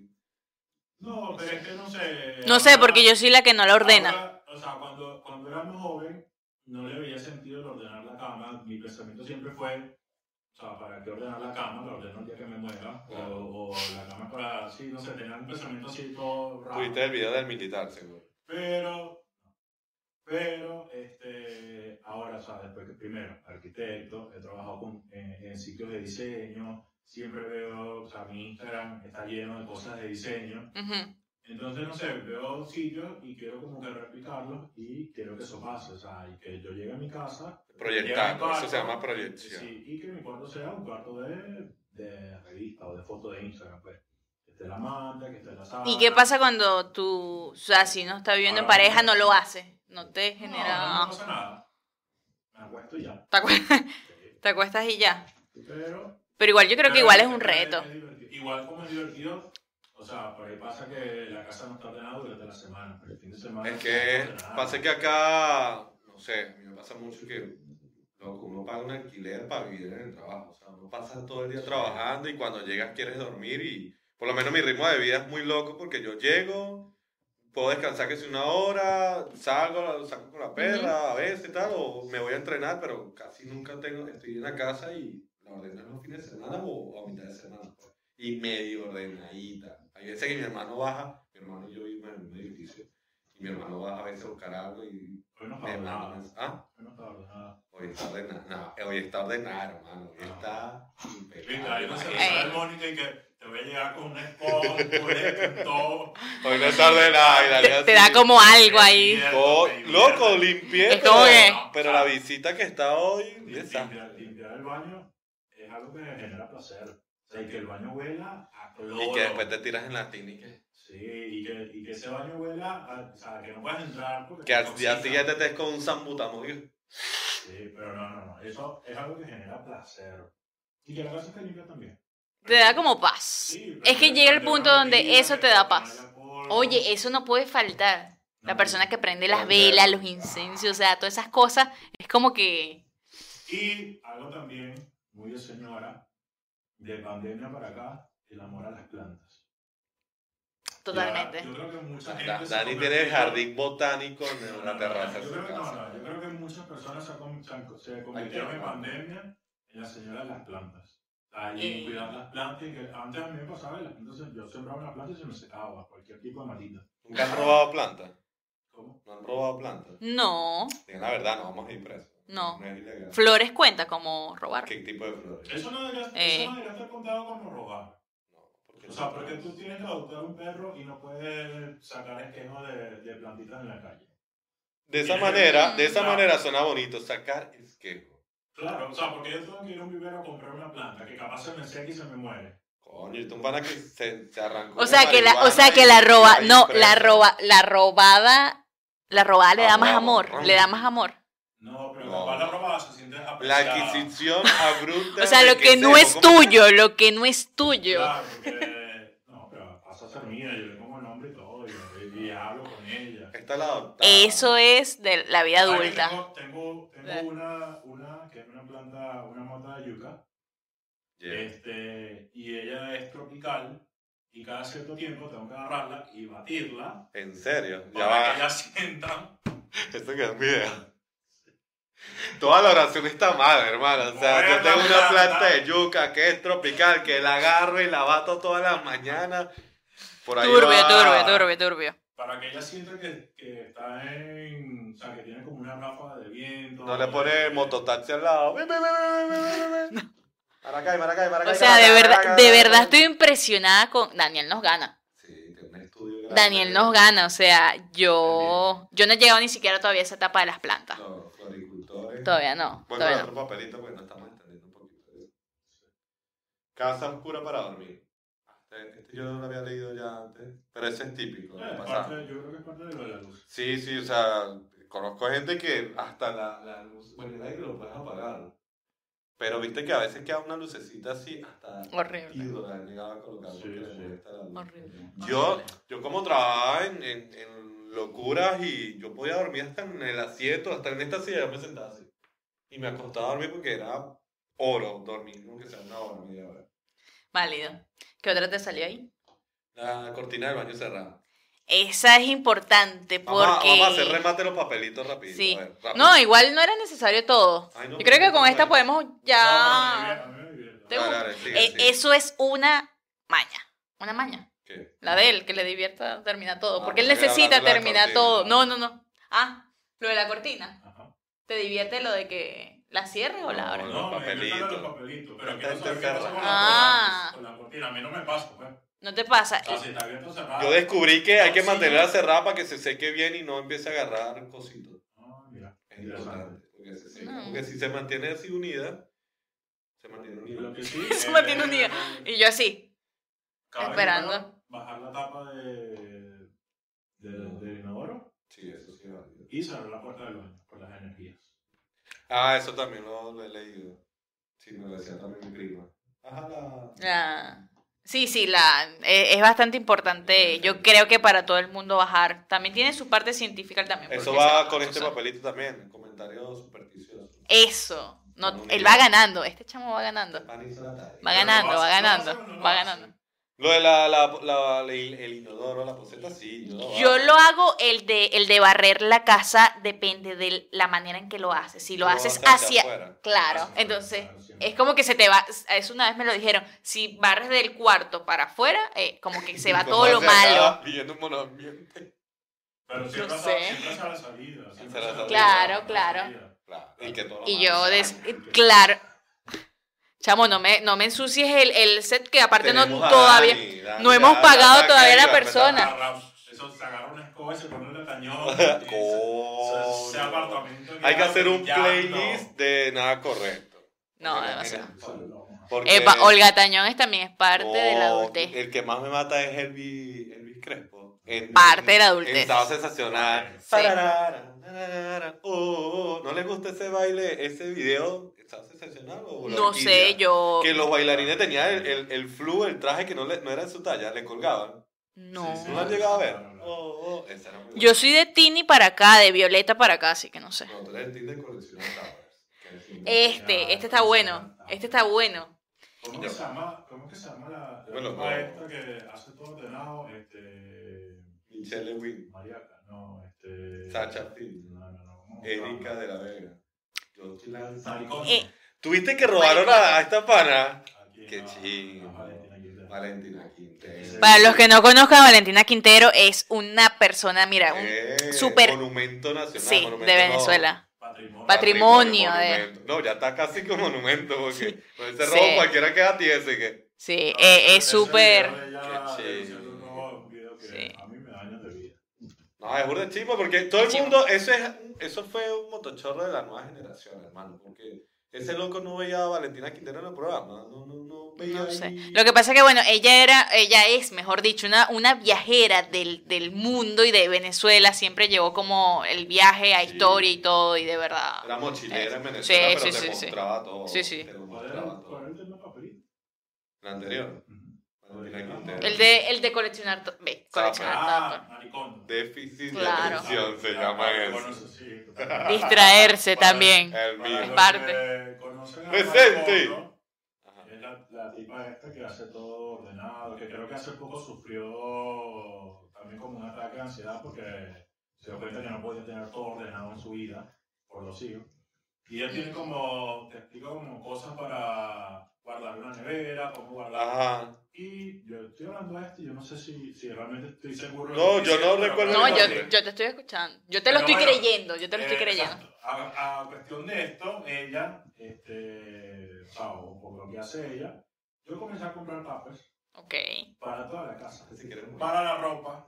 S5: No, pero es que no sé.
S2: No sé, porque yo soy la que no la ordena.
S5: Ahora, o sea, cuando, cuando éramos jóvenes, no le veía sentido el ordenar la cama. Mi pensamiento siempre fue, o sea, ¿para qué ordenar la cama? La ordeno el día que me muera. O, o la cama para, sí, no sé, tenía un pensamiento así todo raro.
S1: Tuviste el video del militar, seguro.
S5: Pero, pero, este, ahora, ¿sabes? Porque primero, arquitecto, he trabajado con, en, en sitios de diseño, siempre veo, o sea, mi Instagram está lleno de cosas de diseño.
S2: Ujú.
S5: Entonces, no sé, veo sitios y quiero como que replicarlos y quiero que eso pase, o sea, y que yo llegue a mi casa. llegue a mi
S1: Proyectando,
S5: cuarto,
S1: eso se llama proyección.
S5: Sí, y que mi cuarto sea un cuarto de, de revista o de foto de Instagram, pues. Que esté la manta, que esté la sala.
S2: ¿Y qué pasa cuando tú, o sea, si no estás viviendo en
S5: Ahora-
S2: pareja, no lo haces? No te
S5: No,
S2: genera...
S5: No, no pasa nada. Me acuesto y ya.
S2: Te acuestas, te acuestas y ya.
S5: Pero.
S2: Pero igual yo creo que
S5: pero
S2: igual es un
S5: es
S2: reto.
S5: divertido. igual como es divertido. O sea, por ahí pasa que la casa no está ordenada durante la semana. Pero el fin de semana.
S1: Es
S5: no está
S1: que
S5: ordenada.
S1: pasa que acá, no sé, a mí me pasa mucho que loco, uno paga un alquiler para vivir en el trabajo. O sea, uno pasa todo el día trabajando y cuando llegas quieres dormir y por lo menos mi ritmo de vida es muy loco porque yo llego, puedo descansar que si una hora, salgo, saco con la perra a veces y tal, o me voy a entrenar, pero casi nunca tengo, estoy en la casa y la ordeno en los fines de semana o, o a mitad de semana. pues. Y medio ordenadita. Hay veces que mi hermano baja, mi hermano y yo vivimos en el mismo edificio. Y mi hermano va a veces a buscar algo y
S5: Hoy no está
S1: me
S5: ordenada.
S1: manda un mensaje. Ah,
S5: Hoy no está ordenada.
S1: hoy está ordenado. No, hoy está ordenado, hermano. Hoy está
S5: Viste, ahí
S1: impecable.
S5: no se
S2: Eh.
S5: ve el Mónica y que te voy a llegar con un esponja, un electro,
S1: Hoy no está ordenado. y la vida
S2: Te, te da
S1: así.
S2: como algo ahí.
S1: Oh, loco, limpié.
S2: Es como que-
S1: pero, pero la visita que está hoy, esa.
S5: Limpiar, limpiar el baño es algo que genera placer. O sea, y que el baño huela a cloro.
S1: Y que después te tiras en la clínica.
S5: Sí, y que, y que ese baño huela, a, o sea, que no puedes entrar porque
S1: Que
S5: te
S1: al día
S5: intoxica.
S1: siguiente te es con un zambutamoyo.
S5: Sí, pero no, no, no. Eso es algo que genera placer. Y que la casa esté limpia también.
S2: Te da como paz.
S5: Sí,
S2: Es que
S5: pero
S2: llega el
S5: te da
S2: punto donde
S5: rutina,
S2: eso te
S5: no
S2: da
S5: haya
S2: paz.
S5: polvo.
S2: Oye, eso no puede faltar. La
S5: No.
S2: persona que prende las velas, los incendios, o sea, todas esas cosas, es como que...
S5: Y algo también muy de señora, de pandemia para acá, el amor a las plantas.
S2: Totalmente.
S5: Ya, Yo creo que mucha gente.
S1: Da-
S5: se
S1: Dani tiene
S5: convirtió-
S1: el jardín botánico en
S5: No,
S1: una
S5: no,
S1: terraza en
S5: Yo creo
S1: su
S5: que no,
S1: casa.
S5: no, yo creo que muchas personas se acom- se han- se convirtieron en
S1: Hay que-
S5: pandemia en la señora de las plantas. Ahí en
S2: Y-
S5: cuidar las plantas, que antes a mí me pasaba, las plantas, yo sembraba una planta y se me secaba, cualquier tipo de matita.
S1: Nunca han robado plantas.
S5: ¿Cómo?
S1: No han robado plantas.
S2: No,
S1: Digan la verdad, no vamos a ir presos.
S2: No.
S1: es ilegal.
S2: flores cuenta como robar.
S1: ¿Qué tipo de flores?
S5: Eso no debería,
S2: Eh.
S5: eso no debería estar contado como robar.
S1: No, porque
S5: O sea, porque tú tienes que adoptar un perro y no puedes sacar esquemas de, de plantitas en la calle.
S1: De esa
S5: Tienes-
S1: manera, de esa
S5: Claro.
S1: manera suena bonito sacar esquejo.
S5: Claro, o sea, porque yo tengo que ir a un vivero a comprar una planta que capaz se me seca y se me muere.
S1: Coño, y tú un pana que se, se arrancó.
S2: O
S1: una
S2: sea, que la, o
S1: marihuana
S2: sea, que
S1: y-
S2: la roba,
S1: y
S2: no,
S1: preso.
S2: la roba, la robada, la robada le da más
S1: Amor.
S2: amor, le da más amor.
S5: No, pero
S1: No.
S5: capaz la robada se siente
S1: La
S5: apreciada.
S1: adquisición abrupta.
S2: O sea,
S1: de
S2: lo que no
S1: se-
S2: es
S1: ¿cómo?
S2: tuyo, lo que no es tuyo.
S5: Claro, porque. No, pero pasa a ser mía, yo le pongo el nombre y todo, y, y hablo con ella.
S1: Esta es la adoptada.
S2: Eso es de la vida
S5: Ay,
S2: adulta.
S5: Tengo, tengo, tengo
S2: Eh.
S5: una, una que es una planta, una mota de yuca,
S1: Yeah.
S5: este, y ella es tropical, y cada cierto tiempo tengo que agarrarla y batirla
S1: En serio, ya
S5: para que
S1: va.
S5: ella sienta.
S1: Esto quedó en video. Toda la oración está mal, hermano. O sea, yo tengo una planta de yuca que es tropical, que la agarro y la bato todas las mañanas. Por ahí
S2: Turbio,
S1: va.
S2: turbio, turbio, turbio.
S5: Para que ella sienta que, que está en. O sea, que tiene como una ráfaga de viento.
S1: No le pone mototaxi al lado. Ven, ven, ven, ven, ven, ven, ven. Maracay, Maracay, Maracay.
S2: O sea, de
S1: Maracay,
S2: verdad,
S1: Maracay,
S2: de
S1: Maracay.
S2: verdad estoy impresionada con Daniel nos gana.
S1: Sí, tiene un estudio grande.
S2: Daniel nos gana, o sea, yo yo no he llegado ni siquiera todavía a esa etapa de las plantas.
S1: Los floricultores.
S2: Todavía no,
S1: Bueno,
S2: todavía no.
S1: otro papelito, pues no estamos entendiendo un poquito. de eso. Casa oscura para dormir. Este, este yo lo había leído ya antes, pero ese es típico.
S5: Eh,
S1: lo pasado.
S5: parte- yo creo que es parte de lo de la luz.
S1: Sí, sí, o sea, conozco gente que hasta la, la luz, bueno, el aire lo puedes apagar. Pero viste que a veces queda una lucecita así hasta
S2: Horrible.
S1: ídola, han llegado a colocar porque
S5: Sí,
S1: le
S5: sí.
S1: molesta la luz.
S2: Horrible.
S1: Yo, yo como trabajaba en, en- en locuras y yo podía dormir hasta en el asiento, hasta en esta silla, yo me sentaba así. Y me acostaba a dormir porque era oro dormir, aunque sea una hora, media hora.
S2: Válido. ¿Qué otra te salió ahí?
S1: La cortina del baño cerrada.
S2: Esa es importante
S1: Vamos,
S2: porque...
S1: a- vamos a hacer remate los papelitos rapidito.
S2: Sí.
S1: a ver, rápido.
S2: No, igual no era necesario todo.
S1: Ay, no,
S2: Yo creo que
S1: pero-
S2: con esta podemos ya...
S5: No, a mí me divierte, a mí me divierte.
S2: ¿Te gusta?
S1: Dale, dale, sigue,
S2: Eh,
S1: sigue.
S2: Eso es una maña. Una maña.
S1: ¿Qué?
S2: La de él, que le divierta terminar todo.
S1: Ah,
S2: porque él
S1: pensé que era
S2: necesita
S1: hablando de la
S2: terminar
S1: cortina.
S2: todo. No, no, no. Ah, lo de la cortina.
S5: Ajá.
S2: ¿Te divierte lo de que la cierre o la
S1: No,
S2: abra?
S1: Con los
S5: No, me encantan los
S1: papelitos.
S5: papelitos, pero
S1: Está
S5: quiero saber qué
S1: encerrado.
S5: pasa con la
S2: Ah.
S5: cortina, con la cortina. A mí no me pasa, pues.
S2: No te pasa.
S5: O sea, si está abierto o cerrado.
S1: Yo descubrí que hay que
S5: Sí.
S1: mantenerla cerrada para que se seque bien y no empiece a agarrar cositos.
S5: Ah, mira.
S1: Es importante. Porque, se seca.
S2: No.
S1: Porque si se mantiene así unida, se mantiene
S5: Y lo
S1: unida.
S5: que sí eh,
S2: Eso
S5: es-
S2: mantiene unida. Y yo así.
S5: Cabe
S2: Esperando.
S5: primero Bajar la tapa de, de- del inodoro
S1: Sí, eso sí va.
S5: y cerrar la puerta del baño con las energías.
S1: Ah, eso también lo, lo he leído. Sí, me lo decía también mi prima. Ajá, la...
S2: La- Sí, sí, la... e- es bastante importante. Yo creo que para todo el mundo bajar. También tiene su parte científica también.
S1: Eso
S2: porque
S1: va
S2: esa-
S1: con este
S2: o sea,
S1: papelito también, comentario supersticioso.
S2: Eso. No,
S1: Con un
S2: él
S1: guión.
S2: va ganando. Este chamo va ganando. Va
S1: Va
S2: ganando,
S5: ¿Lo
S2: va
S5: haces? ¿Lo
S2: ganando,
S5: haces o no lo
S2: va
S5: haces?
S2: ganando.
S1: Lo de la, la, la- la- el el inodoro, la poseta, sí. Yo lo,
S2: Yo
S1: hago.
S2: lo hago el de el de barrer la casa depende de la manera en que lo haces. Si lo
S1: Yo
S2: haces
S1: hago hacia
S2: hacia
S1: afuera.
S2: claro,
S5: Hacia
S2: entonces
S5: afuera, siempre.
S2: es como que se te va, es una vez me lo dijeron, si barres del cuarto para afuera, eh, como que se va
S1: Mi
S2: todo
S1: mamá
S2: lo
S1: se
S2: malo.
S1: acaba Viviendo un monoambiente.
S5: Pero siempre,
S2: No
S5: sa-
S2: sé.
S5: siempre sale la salida. siempre
S1: Claro,
S5: sale la
S2: claro.
S5: salida.
S1: Claro, y que todo lo
S2: Y
S1: malo Ah,
S2: yo
S1: sea
S2: des-
S1: malo.
S2: claro. Chamo, no me, no me ensucies el, el set que aparte no
S1: Tenemos a
S2: todavía
S1: Dani, Dani,
S2: no hemos
S1: ya,
S2: pagado
S1: ya,
S2: todavía
S1: ya,
S2: la
S1: ya,
S2: persona.
S5: Agarra- Eso se agarra una escoba y se pone en el cañón.
S1: Coño.
S5: Ese apartamento
S1: Hay que hacer un
S5: brillando.
S1: playlist de nada correcto.
S2: No,
S1: Porque-
S2: demasiado.
S1: porque-
S2: Epa, Olga Tañón es- también es parte de la
S1: No,
S2: adultez.
S1: El que más me mata es Elvis, Elvis Crespo. En-
S2: Parte de la
S1: en-
S2: adultez.
S1: En estado sensacional.
S2: Sí.
S1: Tararara, tararara, oh, oh, oh. ¿No les gusta ese baile, ese video? ¿Estado sensacional o la
S2: No
S1: orquídea?
S2: sé, yo.
S1: Que los bailarines tenían el, el, el flu, el traje que no, le, no era de su talla, le colgaban.
S2: No.
S1: ¿No lo han llegado a ver? Oh, oh, esa era muy
S2: Yo soy de Tini para acá, de Violeta para acá, así que no sé.
S1: buena. No, tú eres el team de colección de Towers, que es un-
S2: Este, este está bueno. Este está bueno.
S5: ¿Cómo que se llama, cómo que se llama la, la
S1: Bueno, pues-
S5: tipa
S1: no.
S5: esta que hace todo ordenado? Este,
S1: Michelle Lewin,
S5: Mariaca, no, este...
S1: Sacha Fields,
S5: No, no, no. ¿cómo se llama?
S1: Erika de la Vega. Yo soy la-
S5: Maricón.
S2: Eh,
S1: ¿Tuviste que robaron a, a esta pana?
S5: Aquí,
S1: Qué
S5: no,
S1: chingo.
S5: no, Ah, Valentina Aguilera.
S1: Valentina Quintero.
S2: Para los que no conozcan, Valentina Quintero es una persona, mira, un-
S1: Eh,
S2: super-
S1: Monumento nacional.
S2: sí,
S1: monumento,
S2: de
S1: no,
S2: Venezuela.
S5: Patrimonio.
S2: Patrimonio, de-
S1: monumento. No, ya está casi que monumento, porque con ese
S2: Sí.
S1: robo cualquiera queda tieso y que.
S2: Sí,
S5: No,
S2: eh, es
S5: ese video
S2: súper.
S5: de ella
S1: Qué
S5: denunciando
S1: chingo.
S5: un robo, un video que
S2: Sí.
S5: A mí me da años de vida.
S1: No, es burda de chimbo, porque todo el
S2: Chimbo.
S1: mundo, eso, es, eso fue un motochorro de la nueva generación, hermano, porque ese loco no veía a Valentina Quintero en el programa, no, no, no
S5: Pues
S1: veía
S2: No sé.
S1: ahí-
S2: Lo que pasa es que, bueno, ella era, ella es, mejor dicho, una, una viajera del, del mundo y de Venezuela. Siempre llevó como el viaje a
S1: Sí.
S2: historia y todo, y de verdad.
S1: Era mochilera en
S2: Sí,
S1: Venezuela,
S2: Ah, sí,
S1: pero te
S2: sí, sí.
S1: mostraba todo.
S2: Sí, sí.
S1: Te
S5: ¿Cuál era
S1: mostraba
S5: el- cuál
S1: todo.
S5: era el tema papelito?
S1: La anterior, Valentina Quintero.
S2: El de, el de coleccionar, to- ve, coleccionar tanto.
S5: Ah, maricón.
S1: Déficit de
S2: Claro.
S1: atención se llama
S5: Bueno,
S1: eso.
S5: eso sí.
S2: Distraerse
S5: Para-
S1: El
S2: también.
S5: para los
S1: mío.
S5: que
S2: Parte.
S5: conocen Eh, a
S1: Presente.
S5: Maricón, ¿no?
S1: Ajá.
S5: Es la, la tipa esta que hace todo ordenado, que creo que hace poco sufrió también como un ataque de ansiedad porque se dio cuenta que no podía tener todo ordenado en su vida por los hijos. Y ella tiene como, te explica como cosas para guardar una nevera, cómo guardar...
S1: Ajá.
S5: Y yo estoy hablando de esto y yo no sé si, si realmente estoy seguro... de
S1: No,
S5: lo que
S1: yo
S5: hice,
S1: no
S5: pero-
S1: recuerdo
S2: No,
S1: el
S2: yo,
S1: nombre.
S2: yo te estoy escuchando. Yo te lo
S5: Pero
S2: estoy
S5: bueno,
S2: creyendo, yo te lo estoy
S5: Eh,
S2: creyendo.
S5: exacto. A, a cuestión de esto, ella, este, o sea, o por lo que hace ella, yo comencé a comprar tapers
S2: Ok.
S5: para toda la casa.
S1: Si quieres, bueno.
S5: Para la ropa.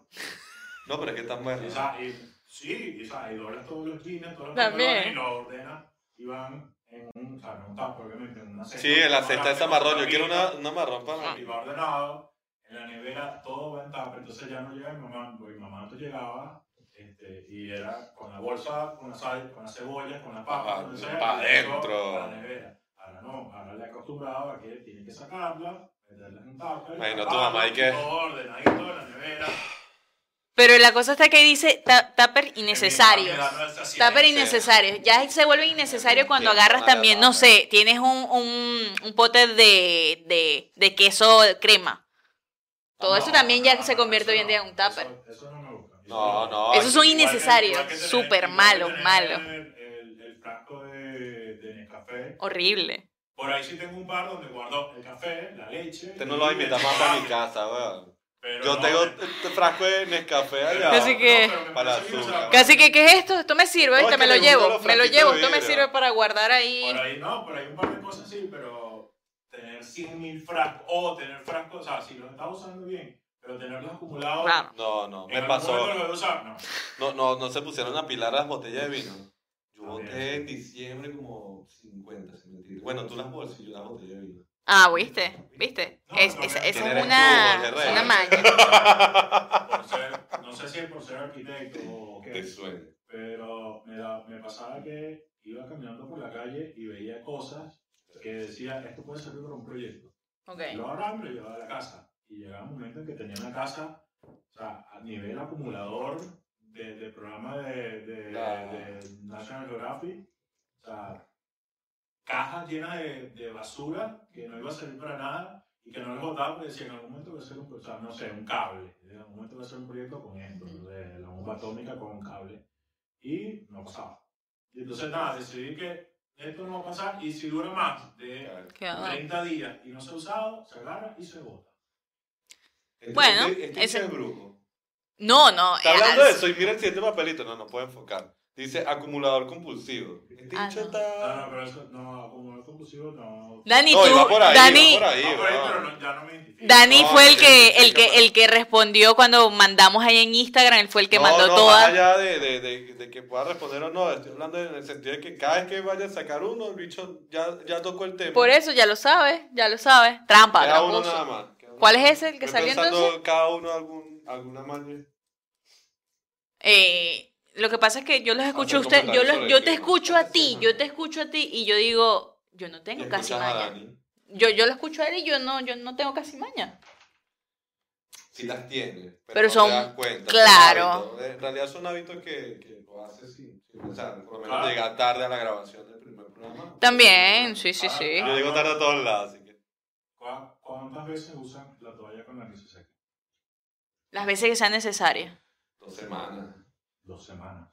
S1: No, pero es que está
S5: O
S1: muerta.
S5: sea, y- sí, y, o sea, y doblas todos los jeans, todos los
S2: También.
S5: pantalones, y los ordenas y van en un, o sea, no un tupper, obviamente, en una cesta.
S1: Sí, en la
S5: Una
S1: cesta esa
S5: cesta
S1: marrón, yo
S5: con
S1: quiero una,
S5: tapita,
S1: una marrón
S2: Ah.
S1: para
S5: Y va ordenado, en la nevera todo va en tupper, entonces ya no llega mi mamá, porque mi mamá antes llegaba. Este, y era con la bolsa, con la sal, con las cebollas, con la papa,
S1: Ah,
S5: con
S1: pa' dentro.
S5: A la nevera. Ahora no, ahora le he acostumbrado a que tiene que sacarla, meterla en un tupper.
S1: Imagino tu
S5: taparla,
S1: mamá ahí que-
S5: Todo ordenadito en la nevera.
S2: Pero la cosa está que dice ta- tupper innecesario. Tupper
S5: Tupper
S2: innecesario. Ya se vuelve innecesario cuando
S1: Sí,
S2: agarras
S1: vale,
S2: también,
S1: vale.
S2: no sé, tienes un, un, un pote de, de, de queso crema. Todo eso también ya se convierte hoy en día en un tupper.
S5: Eso, eso no me
S1: No, no.
S2: Esos son
S1: aquí-
S5: Igual que-
S2: innecesarios,
S5: igual que tener-
S2: súper
S5: igual que
S2: malos,
S5: tener
S2: malos.
S5: El, el, el frasco de, de Nescafé.
S2: Horrible.
S5: Por ahí sí tengo un bar donde guardo el café, la leche.
S1: Usted este no lo va a invitar más para mi casa, weón.
S5: Pero
S1: Yo
S5: no, eh.
S1: tengo
S5: no,
S1: este frasco de Nescafé allá.
S2: Así
S5: no,
S2: que-
S5: pero me
S1: Para
S5: parece bien, o sea,
S1: azúcar.
S2: Casi que, ¿qué es esto? Esto me sirve,
S1: No,
S2: ¿viste?
S1: es que
S2: me lo
S1: le gustan
S2: llevo,
S1: los
S2: me lo
S1: frasquitos
S2: llevo.
S1: de
S2: Esto me
S1: vidrio.
S2: sirve para guardar ahí.
S5: Por ahí no, por ahí un par de cosas sí, pero tener 100.000 frascos o tener frascos, o sea, si los estás usando bien, pero tenerlos acumulados.
S2: Claro.
S1: No, no, Ah,
S5: en
S1: me
S5: algún
S1: pasó.
S5: momento los voy a usar, no.
S1: No, no, no se pusieron a pilar las botellas de vino. Yo
S5: Ah, bien.
S1: boté en diciembre como 50, sin mentir. Bueno, tú las bolsas y yo las botellas de vino.
S2: Ah, ¿viste? ¿Viste? Es, es- esa es
S1: ¿Quién eres tú,
S2: una,
S1: Jorge
S2: es
S1: Reyes?
S2: una maña.
S5: Por ser- no sé si es por ser arquitecto o qué,
S1: Te suena.
S5: pero me, da- me pasaba que iba caminando por la calle y veía cosas que decía, esto puede servir para un proyecto.
S2: Ok.
S5: Y Lo agarraba y me lo llevaba a la casa. Y llegaba un momento en que tenía una casa, o sea, a nivel acumulador de, de programa de, de-
S1: Claro.
S5: de National Geographic, o sea, cajas llenas de, de basura que no iba a servir para nada y que no les botaba porque decía, en algún momento voy a hacer un, o sea, no sé, un cable, en algún momento voy a hacer un proyecto con esto, de la bomba atómica con un cable. Y no pasaba. Y entonces nada, decidí que esto no va a pasar y si dura más de
S2: Qué horror.
S5: 30 días y no se ha usado, se agarra y se bota.
S2: Bueno,
S1: Este- este
S2: ese-
S1: es el brujo.
S2: No, no.
S1: Está
S2: eh,
S1: hablando
S2: al-
S1: de eso y mira el siguiente papelito. No, no puedo enfocar. Dice acumulador compulsivo. Este
S2: Ah,
S1: bicho
S2: no.
S5: No,
S1: está.
S5: no, pero eso no, como no es compulsivo, no.
S2: Dani,
S1: No,
S2: tú,
S1: iba por ahí,
S2: Dani,
S1: iba por ahí,
S5: Ah, por ahí,
S1: weón.
S5: pero no, ya no me identifico.
S2: Dani
S1: No,
S2: fue el
S1: sí,
S2: que,
S1: sí, sí,
S2: el que,
S1: yo-
S2: el que respondió cuando mandamos ahí en Instagram, él fue el que
S1: No,
S2: mandó
S1: no, Más
S2: todas.
S1: allá de, de- de- de que pueda responder o no, estoy hablando en el sentido de que cada vez que vaya a sacar uno, el bicho ya, ya tocó el tema.
S2: Por eso ya lo sabes, ya lo sabes. Trampa,
S1: Cada uno
S2: tramposo.
S1: nada más. Queda uno.
S2: ¿Cuál es ese, el que
S1: Estoy
S2: salió
S1: pensando
S2: entonces?
S1: cada uno algún, alguna maña.
S2: Eh, lo que pasa es que yo los escucho a
S1: Hacer
S2: usted, yo,
S1: comentarios
S2: los-
S1: sobre
S2: yo
S1: el
S2: te
S1: tema.
S2: escucho a ti, yo te escucho a ti y yo digo, yo no
S1: Y
S2: tengo casi
S1: escuchas a
S2: maña.
S1: Dani.
S2: Yo, yo lo escucho a él y yo no, yo no tengo casi maña.
S1: Si las tiene, pero,
S2: Pero
S1: no
S2: son-
S1: te das cuenta.
S2: claro.
S1: son hábitos. En realidad son hábitos que, que lo haces sin, sin pensar. Por lo menos
S5: Claro.
S1: llegar tarde a la grabación del primer programa.
S2: También, sí, sí, sí.
S1: Yo llego tarde a todos lados, así que.
S5: ¿Cuá- ¿Cuántas veces usan la toalla con la que se seca?
S2: Las veces que sean necesarias.
S1: Dos semanas.
S5: Dos semanas.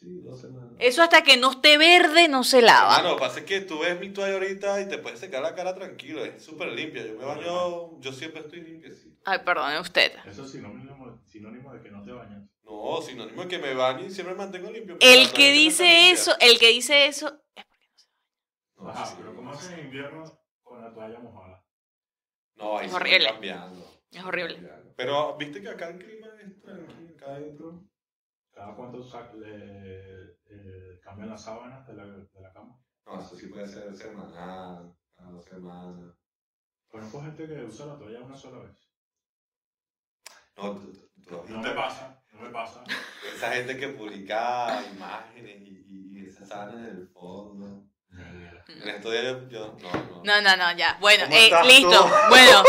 S1: Sí, dos semanas.
S2: Eso hasta que no esté verde no se lava.
S1: Bueno, lo que pasa es que tú ves mi toalla ahorita y te puedes secar la cara tranquilo, es súper limpia. Yo me baño, yo siempre estoy limpiecito.
S2: Ay, perdone usted.
S5: Eso es sinónimo, sinónimo de que no te bañas.
S1: No, sinónimo de que me baño y siempre me mantengo limpio. pero la
S2: El
S1: toalla
S2: que dice
S1: siempre está
S2: eso, el que dice eso,
S1: limpia. No,
S5: Ajá,
S1: sí.
S5: pero ¿cómo hacen en invierno con la toalla mojada?
S1: No, ahí
S2: Es
S1: se va
S2: horrible.
S1: cambiando.
S2: es horrible.
S1: Pero viste que acá el clima es tranquilo, acá adentro.
S5: ¿Cada cuánto sa- le- eh, cambian las sábanas de la, de la cama?
S1: No, eso sí puede ser semanal, cada dos semanas.
S5: Conozco gente que usa la toalla una sola vez.
S1: No, tú- tú- tú has
S5: No
S1: visto
S5: me pasa, no me pasa.
S1: esa gente que publica imágenes y, y- y esas sábanas en el fondo. En estos días yo, yo- no, no.
S2: Mm. No, no, no, ya. Bueno,
S1: ¿Cómo
S2: eh,
S1: estás
S2: listo.
S1: tú?
S2: Bueno.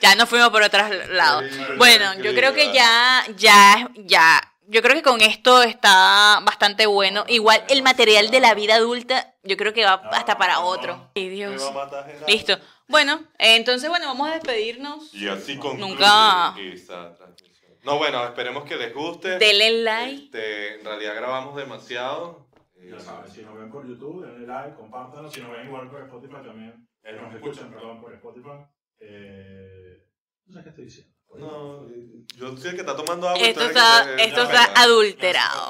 S2: Ya nos fuimos por otros lados.
S1: Sí,
S2: Bueno, yo creo que ya, ya, ya. Yo creo que con esto está bastante bueno. Igual el material de la vida adulta, yo creo que va hasta para otro. Ay,
S1: Me va Ah. a
S2: Dios.
S1: matar Gerardo.
S2: Listo. Bueno, eh, entonces, bueno, vamos a despedirnos.
S1: Y así concluye
S2: Nunca.
S1: esa transmisión. No, bueno, esperemos que les guste.
S2: Denle like.
S1: Este, en realidad grabamos demasiado. Eh,
S5: Ya saben, si nos ven por YouTube, denle like, compártanlo. Si nos ven igual por Spotify también, eh, nos escuchan, perdón, por Spotify. Eh, no sé qué estoy diciendo.
S1: No, yo soy el que está tomando agua.
S2: Esto
S1: ustedes que
S2: está,
S1: se- ya
S2: esto está
S1: venga.
S2: adulterado.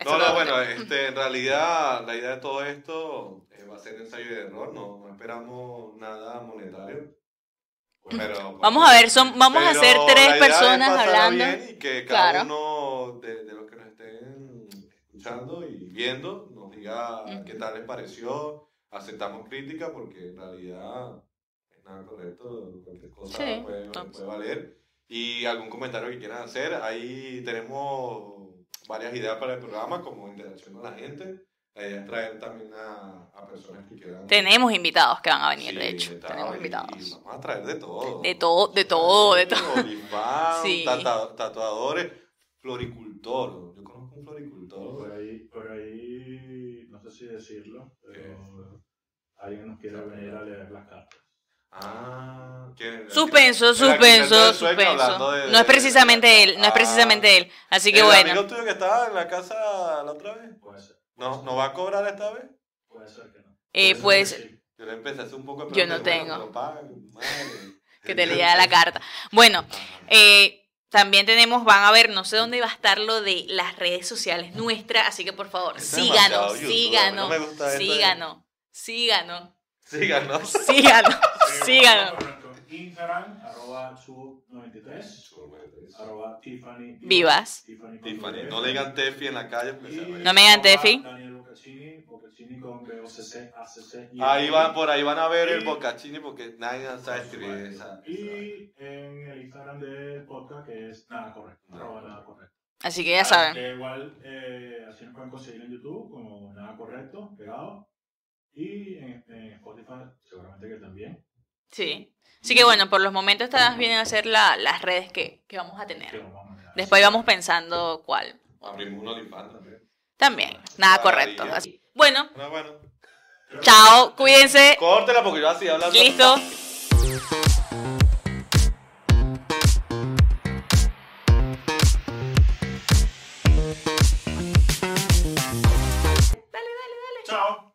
S2: Esto
S1: No,
S2: está
S1: no, bueno, este, en realidad la idea de todo esto eh, va a ser ensayo de error, no, no esperamos nada monetario. Pero,
S2: Vamos a ver, son, vamos a
S1: pero
S2: hacer
S1: la idea
S2: tres
S1: es
S2: personas
S1: pasarla
S2: hablando.
S1: bien y que cada
S2: Claro.
S1: uno de, de los que nos estén escuchando y viendo nos diga
S2: Ujú.
S1: qué tal les pareció. Aceptamos crítica porque en realidad es nada correcto, cualquier cosa
S2: Sí,
S1: puede,
S2: entonces.
S1: puede valer. Y algún comentario que quieran hacer, ahí tenemos varias ideas para el programa, como interacción con la gente. La idea es traer también a, a personas que quieran.
S2: Tenemos invitados que van a venir,
S1: Sí,
S2: de hecho.
S1: tal,
S2: Tenemos
S1: y-
S2: invitados.
S1: y vamos a traer de todo.
S2: De todo, de todo, de todo.
S1: Oliván,
S2: Sí.
S1: tata- tatuadores, floricultor. Yo conozco un floricultor.
S5: Por ahí, por ahí, no sé si decirlo, pero alguien nos quiere venir a leer las cartas.
S7: Ah.
S1: ¿Quién- el
S2: Suspenso,
S1: arquitecto
S2: suspenso,
S1: del sueño hablando
S2: suspenso.
S1: de-
S2: No es precisamente él, no es
S1: Ah.
S2: precisamente él. Así que
S1: ¿El
S2: bueno.
S1: amigo tuyo que estaba en la casa la otra vez?
S5: Puede ser.
S1: ¿No, ¿No va a cobrar esta vez?
S5: Puede ser que no.
S2: Eh,
S5: Puede
S2: pues-
S5: ser que sí.
S1: Yo le empecé hace un poco
S2: Yo
S1: pero bueno,
S2: no tengo.
S1: lo pagan, madre. Ah,
S2: que te lea la carta. Bueno, eh, también tenemos, van a ver, no sé dónde va a estar lo de las redes sociales nuestras, así que por favor,
S1: Eso es demasiado
S2: síganos,
S1: YouTube,
S2: síganos,
S1: a mí no me gusta esto de-
S2: síganos, síganos,
S1: Síganos.
S2: síganos, síganos.
S5: Síganos por nuestro Instagram, arroba sub93, arroba Tiffany.
S2: Vivas.
S5: Tiffany, con
S1: Tiffany,
S5: V.
S1: no le digan Tefi en la calle. porque se va a ir.
S2: No me digan
S5: arroba
S2: Tefi.
S5: Daniel Bocaccini, Bocaccini con B-O-C-C, A-C-C. y-
S1: Ahí van, por ahí van a ver el bocachini porque nadie sabe escribir esa. esa-
S5: Pues Y en el Instagram del podcast que es nada correcto.
S1: Nada
S5: Arroba
S1: correcto.
S5: nada correcto.
S2: Así
S1: Ah,
S2: que ya saben.
S5: Que igual eh, así nos pueden conseguir en YouTube como nada correcto, pegado. Y en, en Spotify seguramente que también.
S2: Sí. Así que bueno, por los momentos estas vienen a ser la- las redes que, que vamos a
S5: que
S2: tener.
S5: lo vamos a mandar.
S2: Después vamos pensando cuál.
S1: Abrimos un OnlyFans también.
S2: También, nada correcto. Así- Bueno,
S1: Bueno, bueno.
S2: chao, cuídense.
S1: Córtela porque yo así hablando.
S2: Listo.
S5: Chao.